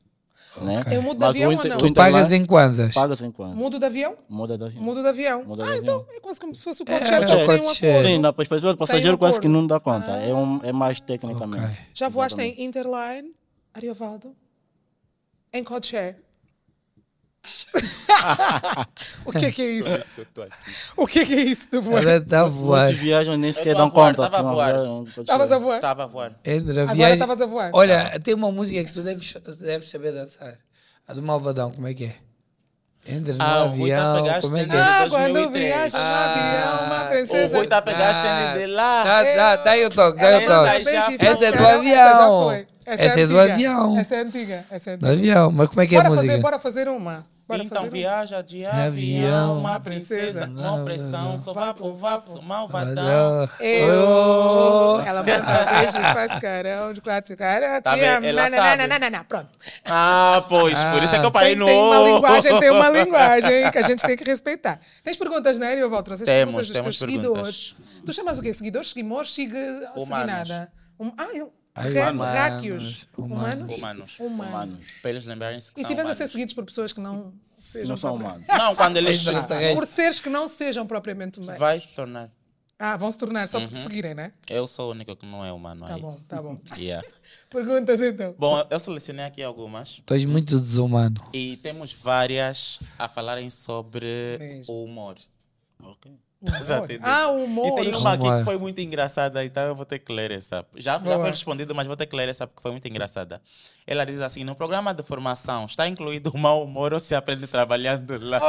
E: Né?
A: Eu mudo de
E: Mas o
A: avião ou
E: Inter-
A: não?
E: o
A: Tu
E: Interline-
B: Pagas em Kwanzas.
E: Pagas em quanto?
A: Mudo de avião?
E: Muda de
D: É.
E: avião.
A: Muda de avião.
E: Muda de
A: ah,
E: avião.
A: então é quase como se fosse o codeshare,
B: é
A: só
B: o
A: que sem um
B: codeshare.
A: acordo.
E: Sim, na perspectiva do
A: Sem
E: passageiro quase que
A: acordo. Ah.
E: não dá conta. É, um, é mais tecnicamente.
B: Ok.
A: Já voaste em Interline, Ariovaldo, em codeshare.
C: O que é que é isso? O que é que é isso de voar?
B: Ela está a voar.
E: Muitos viajam nem sequer
D: tô a
E: dão
D: voar,
E: conta. é um
D: tava a
E: não
D: voar.
E: viajam, pode
A: Estavas
E: ser.
A: a voar.
D: Estava a voar.
B: Entre a
A: Agora
B: viagem-
A: estavas a voar.
B: Olha, tem uma música que tu deves, deves saber dançar. A do Malvadão, como é que é? Entra no
D: Ah, o Rui tá a
B: avião,
D: pegar
B: como é que é?
D: estendida.
A: Ah,
D: de 2003.
A: quando viaja
D: Ah.
A: no avião, uma
D: O
A: princesa.
D: Rui está a pegar as
B: Ah,
D: cenas de lá.
B: Tá, tá, tá aí o toque, tá aí o
D: Essa
A: Essa
D: aí
B: toque.
D: já
A: é
D: foi.
A: bem
B: Essa é do
A: gigante. já
B: avião.
A: foi.
B: Essa é do
A: antiga.
B: avião.
A: Essa é antiga. Essa é
B: Do
A: antiga.
B: avião, mas como é que é a
A: Bora
B: música?
A: fazer, bora fazer uma. Bora
D: Então
A: fazer uma.
D: viaja de
B: avião,
D: avião, uma princesa,
A: princesa.
D: com pressão, só vapo, vapo, malvadão.
A: Tá.
B: Malvadão.
A: Eu, ela manda beijo, faz carão de quatro caras.
D: Tá
A: que
D: bem,
A: é-
D: ela
A: não,
D: sabe.
A: não, não, não, não, não, pronto.
D: Ah, pois, por isso é que eu parei
A: Tem,
D: no...
A: tem uma linguagem, tem uma linguagem que a gente tem que respeitar. Tens perguntas, né, Ariovaldo? Trazes
D: Temos,
A: perguntas dos
D: temos
A: teus seguidores. Tu chamas o quê? Seguidores, seguimores, siga,
D: Humanos.
A: seguinada. Hum, ah, eu... Ai, Re- Ráquios. Humanos.
D: Humanos.
A: Humanos.
E: Humanos.
D: Para eles lembrarem-se que
A: E se
D: são
A: tiveres a
D: humanos.
A: ser seguidos por pessoas que não sejam.
E: Não são
A: propria-
E: humanos.
D: Não, quando eles
B: tá,
A: Por seres que não sejam propriamente humanos.
D: vai Uhum. se tornar.
A: Ah, vão se tornar só porque te seguirem, né?
D: Eu sou a única que não é humano
A: Tá
D: aí.
A: bom, tá bom.
D: Yeah.
A: Perguntas então.
D: Bom, eu- eu selecionei aqui algumas
B: Tu és muito desumano.
D: e temos várias a falarem sobre
A: Mesmo.
D: o humor.
E: Ok.
D: Estás a entender?
A: Ah, o humor.
D: E tem uma aqui
B: Humor.
D: que foi muito engraçada, então eu vou ter que ler essa. Já, já
A: Boa.
D: foi respondido, mas vou ter que ler essa porque foi muito engraçada. Ela diz assim: no programa de formação está incluído o mau humor ou se aprende trabalhando
A: Tá
D: lá?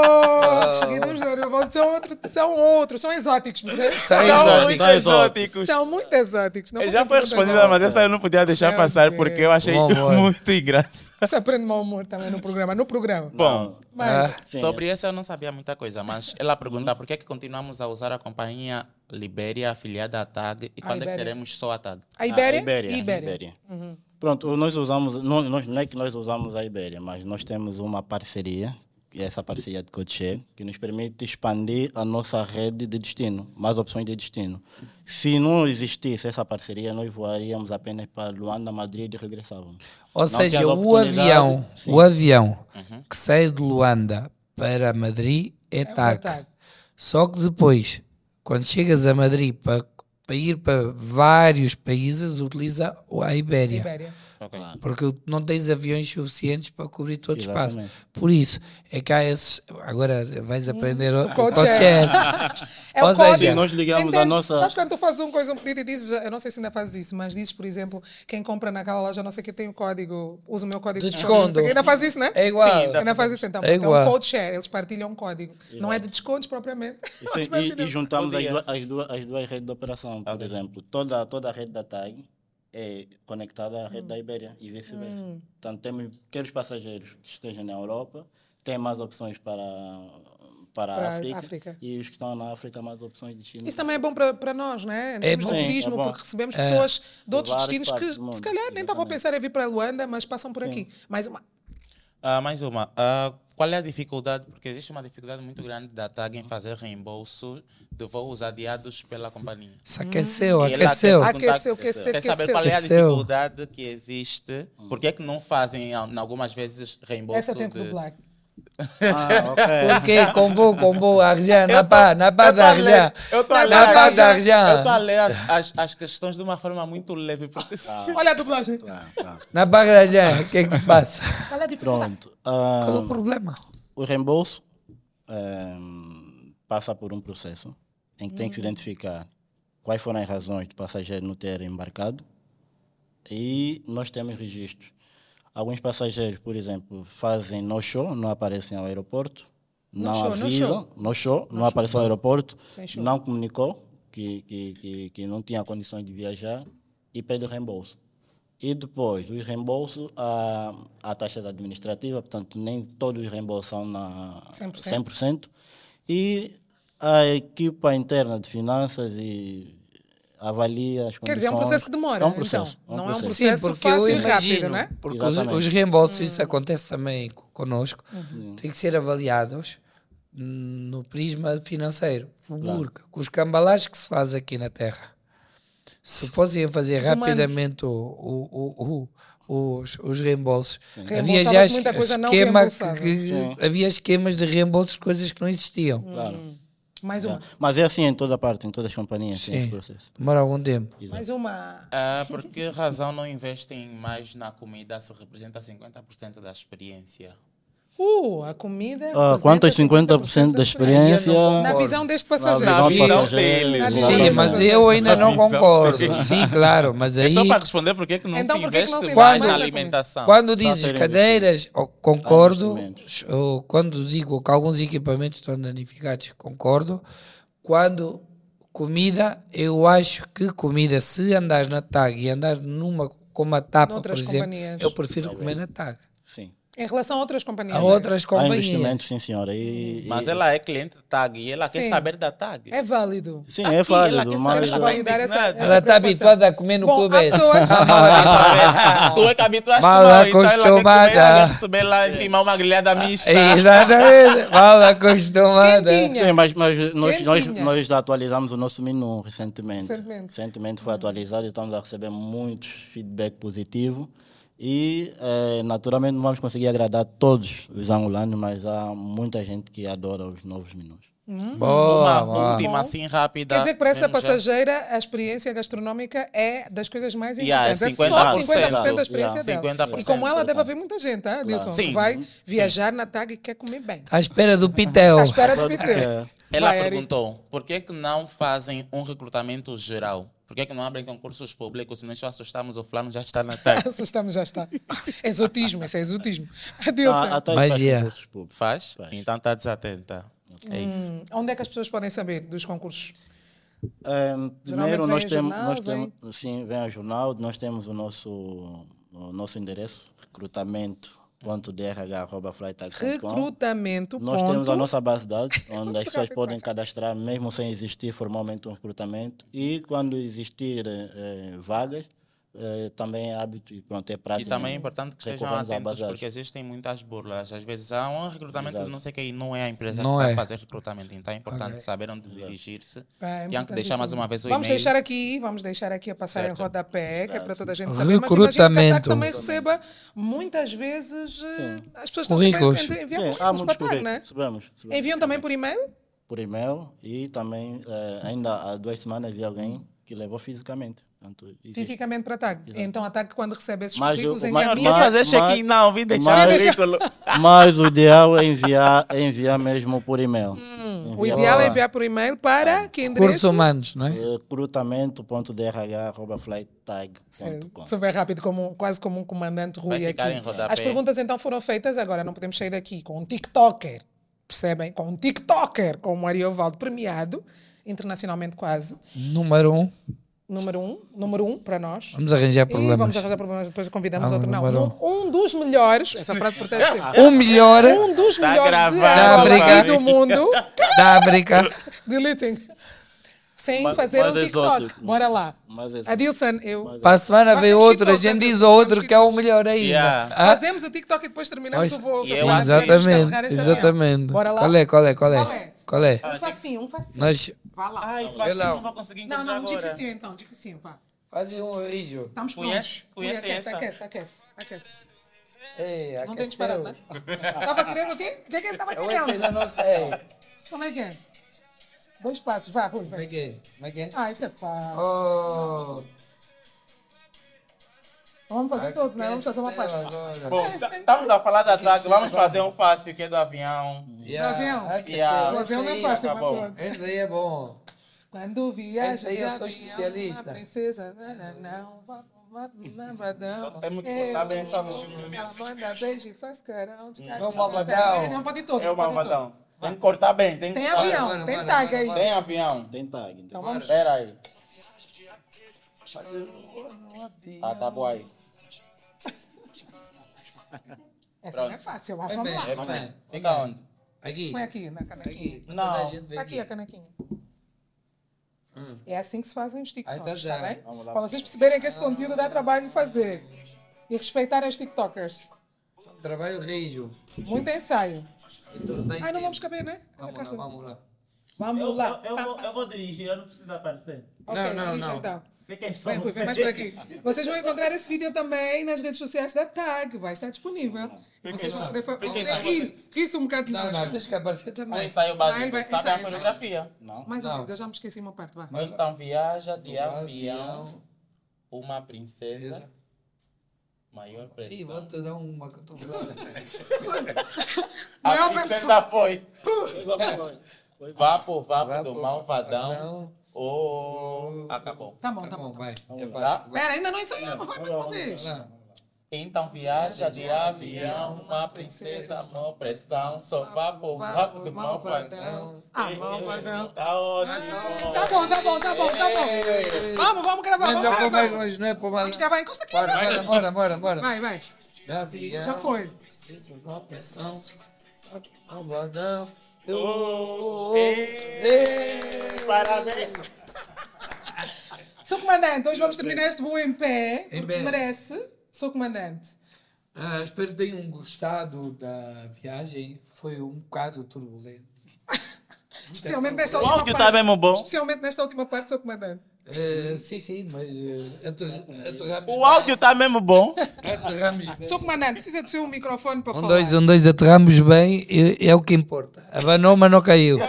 A: Oh, os seguidores do Orival são, um outro, são outros, são exóticos, percebes?
B: São
D: São muito
E: exóticos.
D: exóticos.
A: São muito exóticos. Tá Não
D: Já
A: fazem
D: foi
A: perguntas
D: respondida,
A: novas.
D: mas essa eu não podia deixar
A: Meu
D: passar
A: Deus.
D: porque eu achei
B: Bom, bom.
D: muito engraçado.
A: Se aprende mau humor também no programa. No programa.
D: Bom,
A: Mas,
E: Sim,
D: sobre isso eu não sabia muita coisa, mas ela pergunta por que é que continuamos a usar a companhia Libéria afiliada à TAG e
A: A
D: quando é que
A: Ibéria.
D: teremos só a TAG?
A: a Ibéria?
E: Ah, A Ibéria.
A: Ibéria. Uhum.
E: Ibéria. Pronto, nós usamos, não, nós, não é que nós usamos a Ibéria, mas nós temos uma parceria, que é essa parceria de CodeShare, que nos permite expandir a nossa rede de destino, mais opções de destino. Se não existisse essa parceria, nós voaríamos apenas para Luanda, Madrid e regressávamos.
B: Ou
E: Não
B: seja,
E: tendo a
B: o
E: oportunidade,
B: avião,
E: sim. Uhum.
B: o avião que sai de Luanda para Madrid é
A: o
B: TAC.
A: TAC.
B: Só que depois, quando chegas a Madrid para, para ir para vários países, utiliza a Ibéria.
A: Ibéria.
B: Porque não tens aviões suficientes para cobrir todo o espaço.
E: Exatamente.
B: Por isso, é que há esses. Agora vais aprender o
A: co-chair.
B: co-chair.
A: É
B: Ou
A: o código.
B: seja, Sim,
E: nós ligamos
A: Entende?
E: a nossa-
A: Então, Sabes quando tu fazes um coisa, um pedido e dizes, eu não sei se ainda fazes isso, mas dizes, por exemplo, quem compra naquela loja, não sei o que, tem o código, usa o meu código.
B: Do
A: de desconto, não
B: desconto.
A: sei o quê. Ainda faz isso, né?
B: É igual. Sim, ainda
A: ainda faz isso, então.
B: É
A: É um
B: igual.
A: code share, eles partilham um código. Não é de descontos propriamente.
E: E, sim, e- e juntamos
D: Bom
E: as
D: dia.
E: duas, as, duas, as duas redes de operação, por exemplo. Toda, toda a rede da TAG é conectada à
A: Hum.
E: rede da Ibéria e vice-versa. Portanto, temos quer os passageiros que estejam na Europa, têm mais opções para,
A: Para
E: para,
A: a
E: a África,
A: África.
E: E os que estão na África, mais opções de China.
A: Isso também é bom para para nós, né? Em termos
E: bom.
A: de
E: Sim,
A: turismo,
E: é bom.
A: porque recebemos pessoas de outros
E: várias
A: destinos
E: partes
A: que,
E: do mundo,
A: se calhar, nem estavam a
E: exatamente.
A: pensar em vir para Luanda, mas passam por aqui. Mais uma.
D: Ah, mais uma. Ah, qual é a dificuldade? Porque existe uma dificuldade muito grande da TAG em fazer reembolso de voos adiados pela companhia.
B: Se aqueceu,
D: E ela quer
B: aqueceu.
A: Ah,
D: perguntar-
A: Aqueceu, aqueceu,
D: Quer saber
A: aqueceu.
D: qual é a
B: Aqueceu.
D: dificuldade que existe? Por que é que não fazem ah, algumas vezes reembolso
A: Essa é tem que
D: de...
A: dublar.
E: Ah, ok.
B: Ok, combo, combo, arjan, na pá, na pá
D: Eu tô
B: da
D: a ler-
B: arjan.
D: Eu tô a
A: Na
D: ler,
A: pá
D: as-
B: da Arjan.
D: eu tô a ler as, as, as questões de uma forma muito leve. Porque...
A: Olha a dublagem.
E: Tá, tá.
B: Na pá da arjan, o que é que se passa?
A: Qual é a dificuldade?
E: Pronto. Ah,
A: um
B: Qual é o problema?
E: O reembolso ehm, passa por um processo em que tem que se identificar quais foram as razões do passageiro não ter embarcado e nós temos registros. Alguns passageiros, por exemplo, fazem no-show, não aparecem ao aeroporto, não
A: No-show, no-show.
E: avisam, no-show, não apareceu ao aeroporto,
A: Sem show.
E: não comunicou que, que, que, que não tinha condições de viajar e pede reembolso. E depois, os reembolsos, a, a taxa administrativa, portanto, nem todos os reembolsos são na
A: 100%.
E: 100%. E a equipa interna de finanças e avalia as condições.
A: Quer dizer, é um processo que demora,
E: É um processo.
A: então. Não é um
E: processo.
A: Processo fácil e rápido, né?
B: porque os,
E: Exatamente.
B: os reembolsos, isso acontece também co- conosco,
A: Uhum.
B: têm que ser avaliados hum, no prisma financeiro, o burca, com os cambalaches que se faz aqui na Terra. Se fossem a fazer
A: humanos.
B: rapidamente o- o- o- o- os, os reembolsos, havia já
A: Reembolsava-se muita coisa não
B: esquema que,
A: reembolsável.
B: que- havia esquemas de reembolsos de coisas que não existiam.
A: Hum.
E: Claro.
A: Mais uma.
E: Mas é assim em toda parte, em todas as companhias, tem
B: Sim.
E: esse processo.
B: Demora algum tempo.
A: Mais uma.
D: Ah, por que razão não investem mais na comida se representa 50% da experiência?
A: Uh, a comida.
E: Ah,
A: representa
E: quanto aos 50% da experiência...
A: Na visão deste
E: na
A: passageiro.
E: visão
D: Não
E: passageiro,
D: deles.
A: Sim,
B: Sim,
E: exatamente.
B: mas eu ainda não
D: Avisão.
B: concordo. Sim, claro, mas aí.
D: É só para responder por que é que não
A: Então,
D: se
A: por que é que
D: investe
A: não se
D: mais
B: investe
D: na
A: mais na
D: alimentação?
B: Quando
E: Está a
B: dizes
E: ser
B: cadeiras, eu
D: Ah,
B: concordo.
E: investimentos.
B: Eu- Quando digo que alguns equipamentos estão danificados, concordo. Quando comida, eu acho que comida, se andares na TAG e andares numa como a TAP, por
A: Noutras
B: exemplo,
A: companhias.
B: eu prefiro comer na TAG.
E: Sim.
A: Em relação a outras companhias.
B: A outras
E: Há
B: companhias.
E: investimento, sim, senhora. E,
D: Mas
E: e-
D: ela é cliente de tag e ela quer
A: Sim.
D: saber da tag.
A: É válido.
E: Sim,
D: tá Aqui,
E: é
D: ela
E: válido,
D: quer
E: mas...
D: saber
A: Eles podem dar essa-
D: Ela
A: essa
B: Ela
A: preocupação.
B: está habituada a comer no
A: Bom,
B: clube.
A: há pessoas-
D: tu é que habituaste
B: Mal
D: não, então ela quer comer, ela
B: acostumada. É.
D: quer subir lá em cima uma grelhada mista.
B: Exatamente. Mal acostumada.
A: Quentinha.
E: Sim, mas, mas nós, nós,
A: Quentinha.
E: nós atualizamos o nosso menu recentemente.
A: Recentemente.
E: Recentemente foi atualizado e estamos a receber muitos feedback positivo. E, eh, naturalmente, não vamos conseguir agradar todos os angolanos, mas há muita gente que adora os novos menus.
D: Uma
B: Boa, boa.
D: última assim rápida.
A: Quer dizer que para essa
D: Vamos já.
A: passageira a experiência gastronómica é das coisas mais
D: Yeah, é
A: importantes. é só
D: 50%.
A: 50% da experiência
D: Yeah.
A: dela.
D: 50%,
A: E como ela
D: portanto.
A: deve haver muita gente, ah, Dilson, que
D: tá. Sim.
A: vai viajar na tag e quer comer bem.
B: À espera do Pitel.
A: Tá À espera de piscina.
E: Ah, É.
D: Ela
A: Vai, Eric.
D: perguntou, por que, que não fazem um recrutamento geral? Por que, que não abrem concursos públicos e nós só assustamos o fulano já está na tag?
A: Assustamos, já está. Exotismo, isso é exotismo.
E: Há- há
A: Adilson,
E: Ah, até faz
B: Magia.
E: concursos públicos.
D: Faz?
E: Faz.
D: Então está desatenta. É isso.
A: hum, onde é que as pessoas podem saber dos concursos?
E: Ehm, primeiro,
A: vem
E: nós
A: ao
E: temos,
A: jornal,
E: nós
A: vem-
E: temos, sim, vem ao jornal, nós temos o nosso, o nosso endereço, recrutamento.drh.flytag.com.
A: Recrutamento.
E: Nós
A: ponto.
E: temos a nossa base de dados, onde as pessoas podem cadastrar, mesmo sem existir formalmente um recrutamento. E quando existir eh, eh, vagas, eh, também é hábito e pronto, é
D: E
E: prática.
D: também é importante que sejam
E: recorremos a
D: atentos,
E: bazares.
D: porque existem muitas burlas. Às vezes há um recrutamento de
E: Exato.
D: não sei quem, não é a empresa
B: Não
D: que vai
B: é.
D: fazer recrutamento. Então é importante saber onde dirigir-se.
A: Pá, é
D: Tinha que deixar mais
A: importantíssimo.
D: uma vez o
A: vamos
D: e-mail.
A: deixar aqui, vamos deixar aqui a passar em
D: Certo.
A: rodapé, que é para toda a gente saber.
B: Recrutamento.
A: Mas imagino que a TAC também receba muitas vezes eh, as pessoas não sabem
B: Currículos.
A: ent- enviar
E: Sim, É, há
A: currículos para
E: muitos
A: a TAC, né?
E: currículos. Sabemos, sabemos.
A: Enviam também por e-mail?
E: Por e-mail e também, eh, ainda há duas semanas, vi alguém que levou fisicamente. Portanto, existe.
A: Fisicamente para a TAC. Então a TAC, quando recebe esses
E: Mas o-
A: currículos,
E: o
A: encaminha.
E: maior Mas- destaque- mas-
D: não, vim
E: mas- Mas o ideal é enviar, é enviar mesmo por e-mail. um
A: O ideal é enviar por e-mail para que
B: Cursos
A: endereço?
B: humanos, não é?
E: recrutamento.drh.flytag.com.
A: Super rápido, como, quase como um comandante Rui
D: Vai ficar
A: aqui.
D: em rodapé.
A: As perguntas então foram feitas, agora não podemos sair daqui com um TikToker, percebem? Com um TikToker, como Ariovaldo, premiado, internacionalmente quase.
B: Número um.
A: Número um, número um para nós.
B: Vamos arranjar
A: E
B: problemas.
A: vamos arranjar problemas, depois convidamos
B: Ah,
A: outro. Não,
B: número
A: um, um dos melhores, essa frase protege sempre.
B: O melhor
A: Um dos
D: Tá
A: melhores de
D: gravado,
A: Angola e
B: Fábio.
A: do mundo.
B: da África.
A: Deleting. Sem
E: Mas-
A: fazer
E: mas
A: um TikTok.
E: exótico.
A: Bora lá.
E: Mas exótico.
A: Adilson, eu.
B: Para a semana vem
A: temos
B: outro, a
A: TikTok,
B: gente
A: temos
B: diz ao outro que é o
A: TikTok.
B: melhor ainda.
D: Yeah.
B: Ah,
A: Fazemos o TikTok e depois terminamos
B: Nós-
A: o voo.
D: E
A: só
D: eu
A: para
D: acho que-
A: vocês
B: exatamente,
A: descarregarem esta manhã.
B: exatamente.
A: Bora lá.
B: Qual é, qual é, qual
A: Qual é?
B: é? Qual é?
A: Um facinho, um facinho.
B: Nós
A: Vá lá.
D: Ai, fácil,
B: Vê lá.
D: não vou conseguir
A: não,
D: encontrar
A: não,
D: agora.
A: difícil então, difícil, vá.
B: fazem um vídeo.
A: Estamos
D: Conhece-
A: prontos. Ui,
D: conhece
A: aquece,
D: essa?
A: aquece, aquece, aquece. Não tem disparado, né? Tava querendo o quê? O que é que ele tava querendo? Como é que é? Dois passos, vá, Rui, vai.
B: Como é que é?
A: Ah, isso é fácil.
B: Oh,
A: Vamos fazer todos, né? Vamos fazer uma parte.
B: agora.
D: Bom, tá- estamos a falar da tag, vamos fazer um fácil que é do avião.
A: Tá vendo?
B: aqueceu.
D: Yeah.
A: O avião não é
B: Esse aí,
A: fácil,
D: tá
A: mas
D: bom.
A: pronto.
B: Esse aí é bom.
A: Quando viaja
B: Essa aí eu
A: de avião,
B: sou especialista.
A: a princesa, né, não, não, não, vá- vá- não, vá- não.
B: tá
D: Temos que
A: um Eu
D: botar bem essa
A: vou, Manda beijo e faz carão. de
B: Não,
A: carão.
B: Hum, é um malvadão. um
A: Não, pode todo.
D: É o
A: pode todo.
D: malvadão. Tem que cortar bem, tem que
A: Tem
D: cortar.
A: avião,
B: bora,
A: tem
B: bora,
A: tag
B: bora,
A: aí.
D: Tem avião.
E: Tem tag. Então.
A: vamos.
D: Espera aí. Ah, tá bom aí.
A: Essa não é fácil, mas vamos lá.
D: É bem. Fica onde?
B: Aqui.
A: Põe aqui na canequinha.
B: Toda a
D: Não.
B: gente vê
A: Tá aqui a canequinha. É assim que se fazem os TikToks,
B: Hum. Aí tá
A: tá
B: já.
A: bem?
E: Vamos lá.
A: Para vocês perceberem que esse conteúdo dá trabalho em fazer. E respeitar as TikTokers.
B: Trabalho rijo.
A: Muito ensaio.
B: Ai,
A: Ai, não vamos caber, né?
B: Vamos lá, vamos lá.
A: Vamos lá.
D: vou, eu vou dirigir, eu não preciso aparecer.
A: Ok,
B: Não, não,
A: dirige
B: não.
A: então.
D: Fiquem só
A: Vem, Rui, vem mais por aqui. Vocês vão encontrar esse vídeo também nas redes sociais da TAG, vai estar disponível. Vocês vão poder fa- vão poder rir, rir-se um bocado de
B: Não,
A: nós.
B: não, tens que aparecer
D: Um
B: também.
D: ensaio
A: Vai,
D: básico,
A: vai,
D: sabe
A: ensaio,
D: a coreografia.
E: Não.
A: Mais ou menos, eu já me esqueci uma parte, vá.
D: Então viaja de avião,
B: avião.
D: uma princesa, maior
B: Ih,
D: pressão.
B: vou-te dar uma cotovelada.
D: A
A: Maior
B: é
D: princesa foi.
E: Foi.
D: Vapo, vapo
B: Vapo,
D: do malvadão.
B: malvadão.
D: Oh, acabou.
A: Tá bom, tá
B: Tá
A: bom. tá bom.
B: bom, vai. É
D: Tá?
B: fácil.
A: Pera, ainda não ensaiamos, vai mais uma vez.
D: Então viaja de avião, uma princesa, maior pressão. Só vapo,
B: Ah,
D: vapo do malvadão.
A: Ah, malvadão.
D: Tá ótimo.
A: Tá bom, tá bom, tá bom, tá bom. Vamos, vamos gravar,
B: Mas não é
A: vamos
B: por mais
A: gravar.
B: longe, não é por mais
A: Vamos gravar, encosta aqui.
B: Bora,
A: vai.
B: bora, bora, bora.
A: Vai, vai. Já foi.
F: preciso de uma
B: é
F: pensão. Algodão. Oh,
D: Parabéns.
A: Sou comandante, hoje vamos terminar este voo em pé,
B: Em
A: porque
B: pé.
A: merece. Sou comandante.
B: Ah, espero que tenham gostado da viagem. Foi um bocado turbulento.
A: Especialmente nesta
D: O
A: última
D: áudio
A: parte.
D: está mesmo bom.
A: Especialmente nesta última parte, sou comandante.
B: Eh, sim, sim, mas eh, aterra- aterramos.
D: O áudio está mesmo bom.
B: aterramos bem.
A: Sou comandante, precisa do seu microfone para
B: É. Um,
A: falar.
B: dois, um, dois, aterramos bem. É, é o que importa. Abanou, mas não caiu.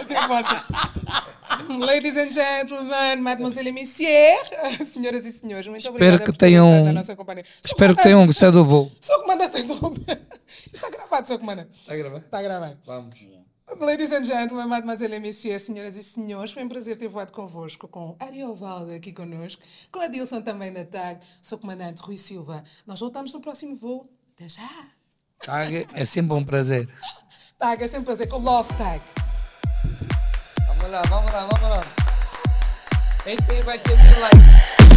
A: Ladies and gentlemen, mademoiselle et monsieur, senhoras e senhores, muito
B: Espero
A: obrigada
B: que
A: por
B: tenham-
A: terem estado na nossa companhia. Sou
B: Espero
A: comandante,
B: que tenham gostado do voo.
A: Sou comandante, interrompe. Está gravado, sou comandante.
B: Está a gravar?
A: Está gravado.
B: Tá Vamos.
A: Ladies and gentlemen, mademoiselle et messieurs, senhoras e senhores, foi um prazer ter voado convosco, com Ariovaldo aqui connosco, com Adilson também na TAG, sou comandante Rui Silva. Nós voltamos no próximo voo. Até já!
B: Tag, é sempre um prazer.
A: TAG é sempre um prazer, com Love TAG.
B: Vamos lá, vamos lá, vamos lá. Esse aí vai ter mil likes.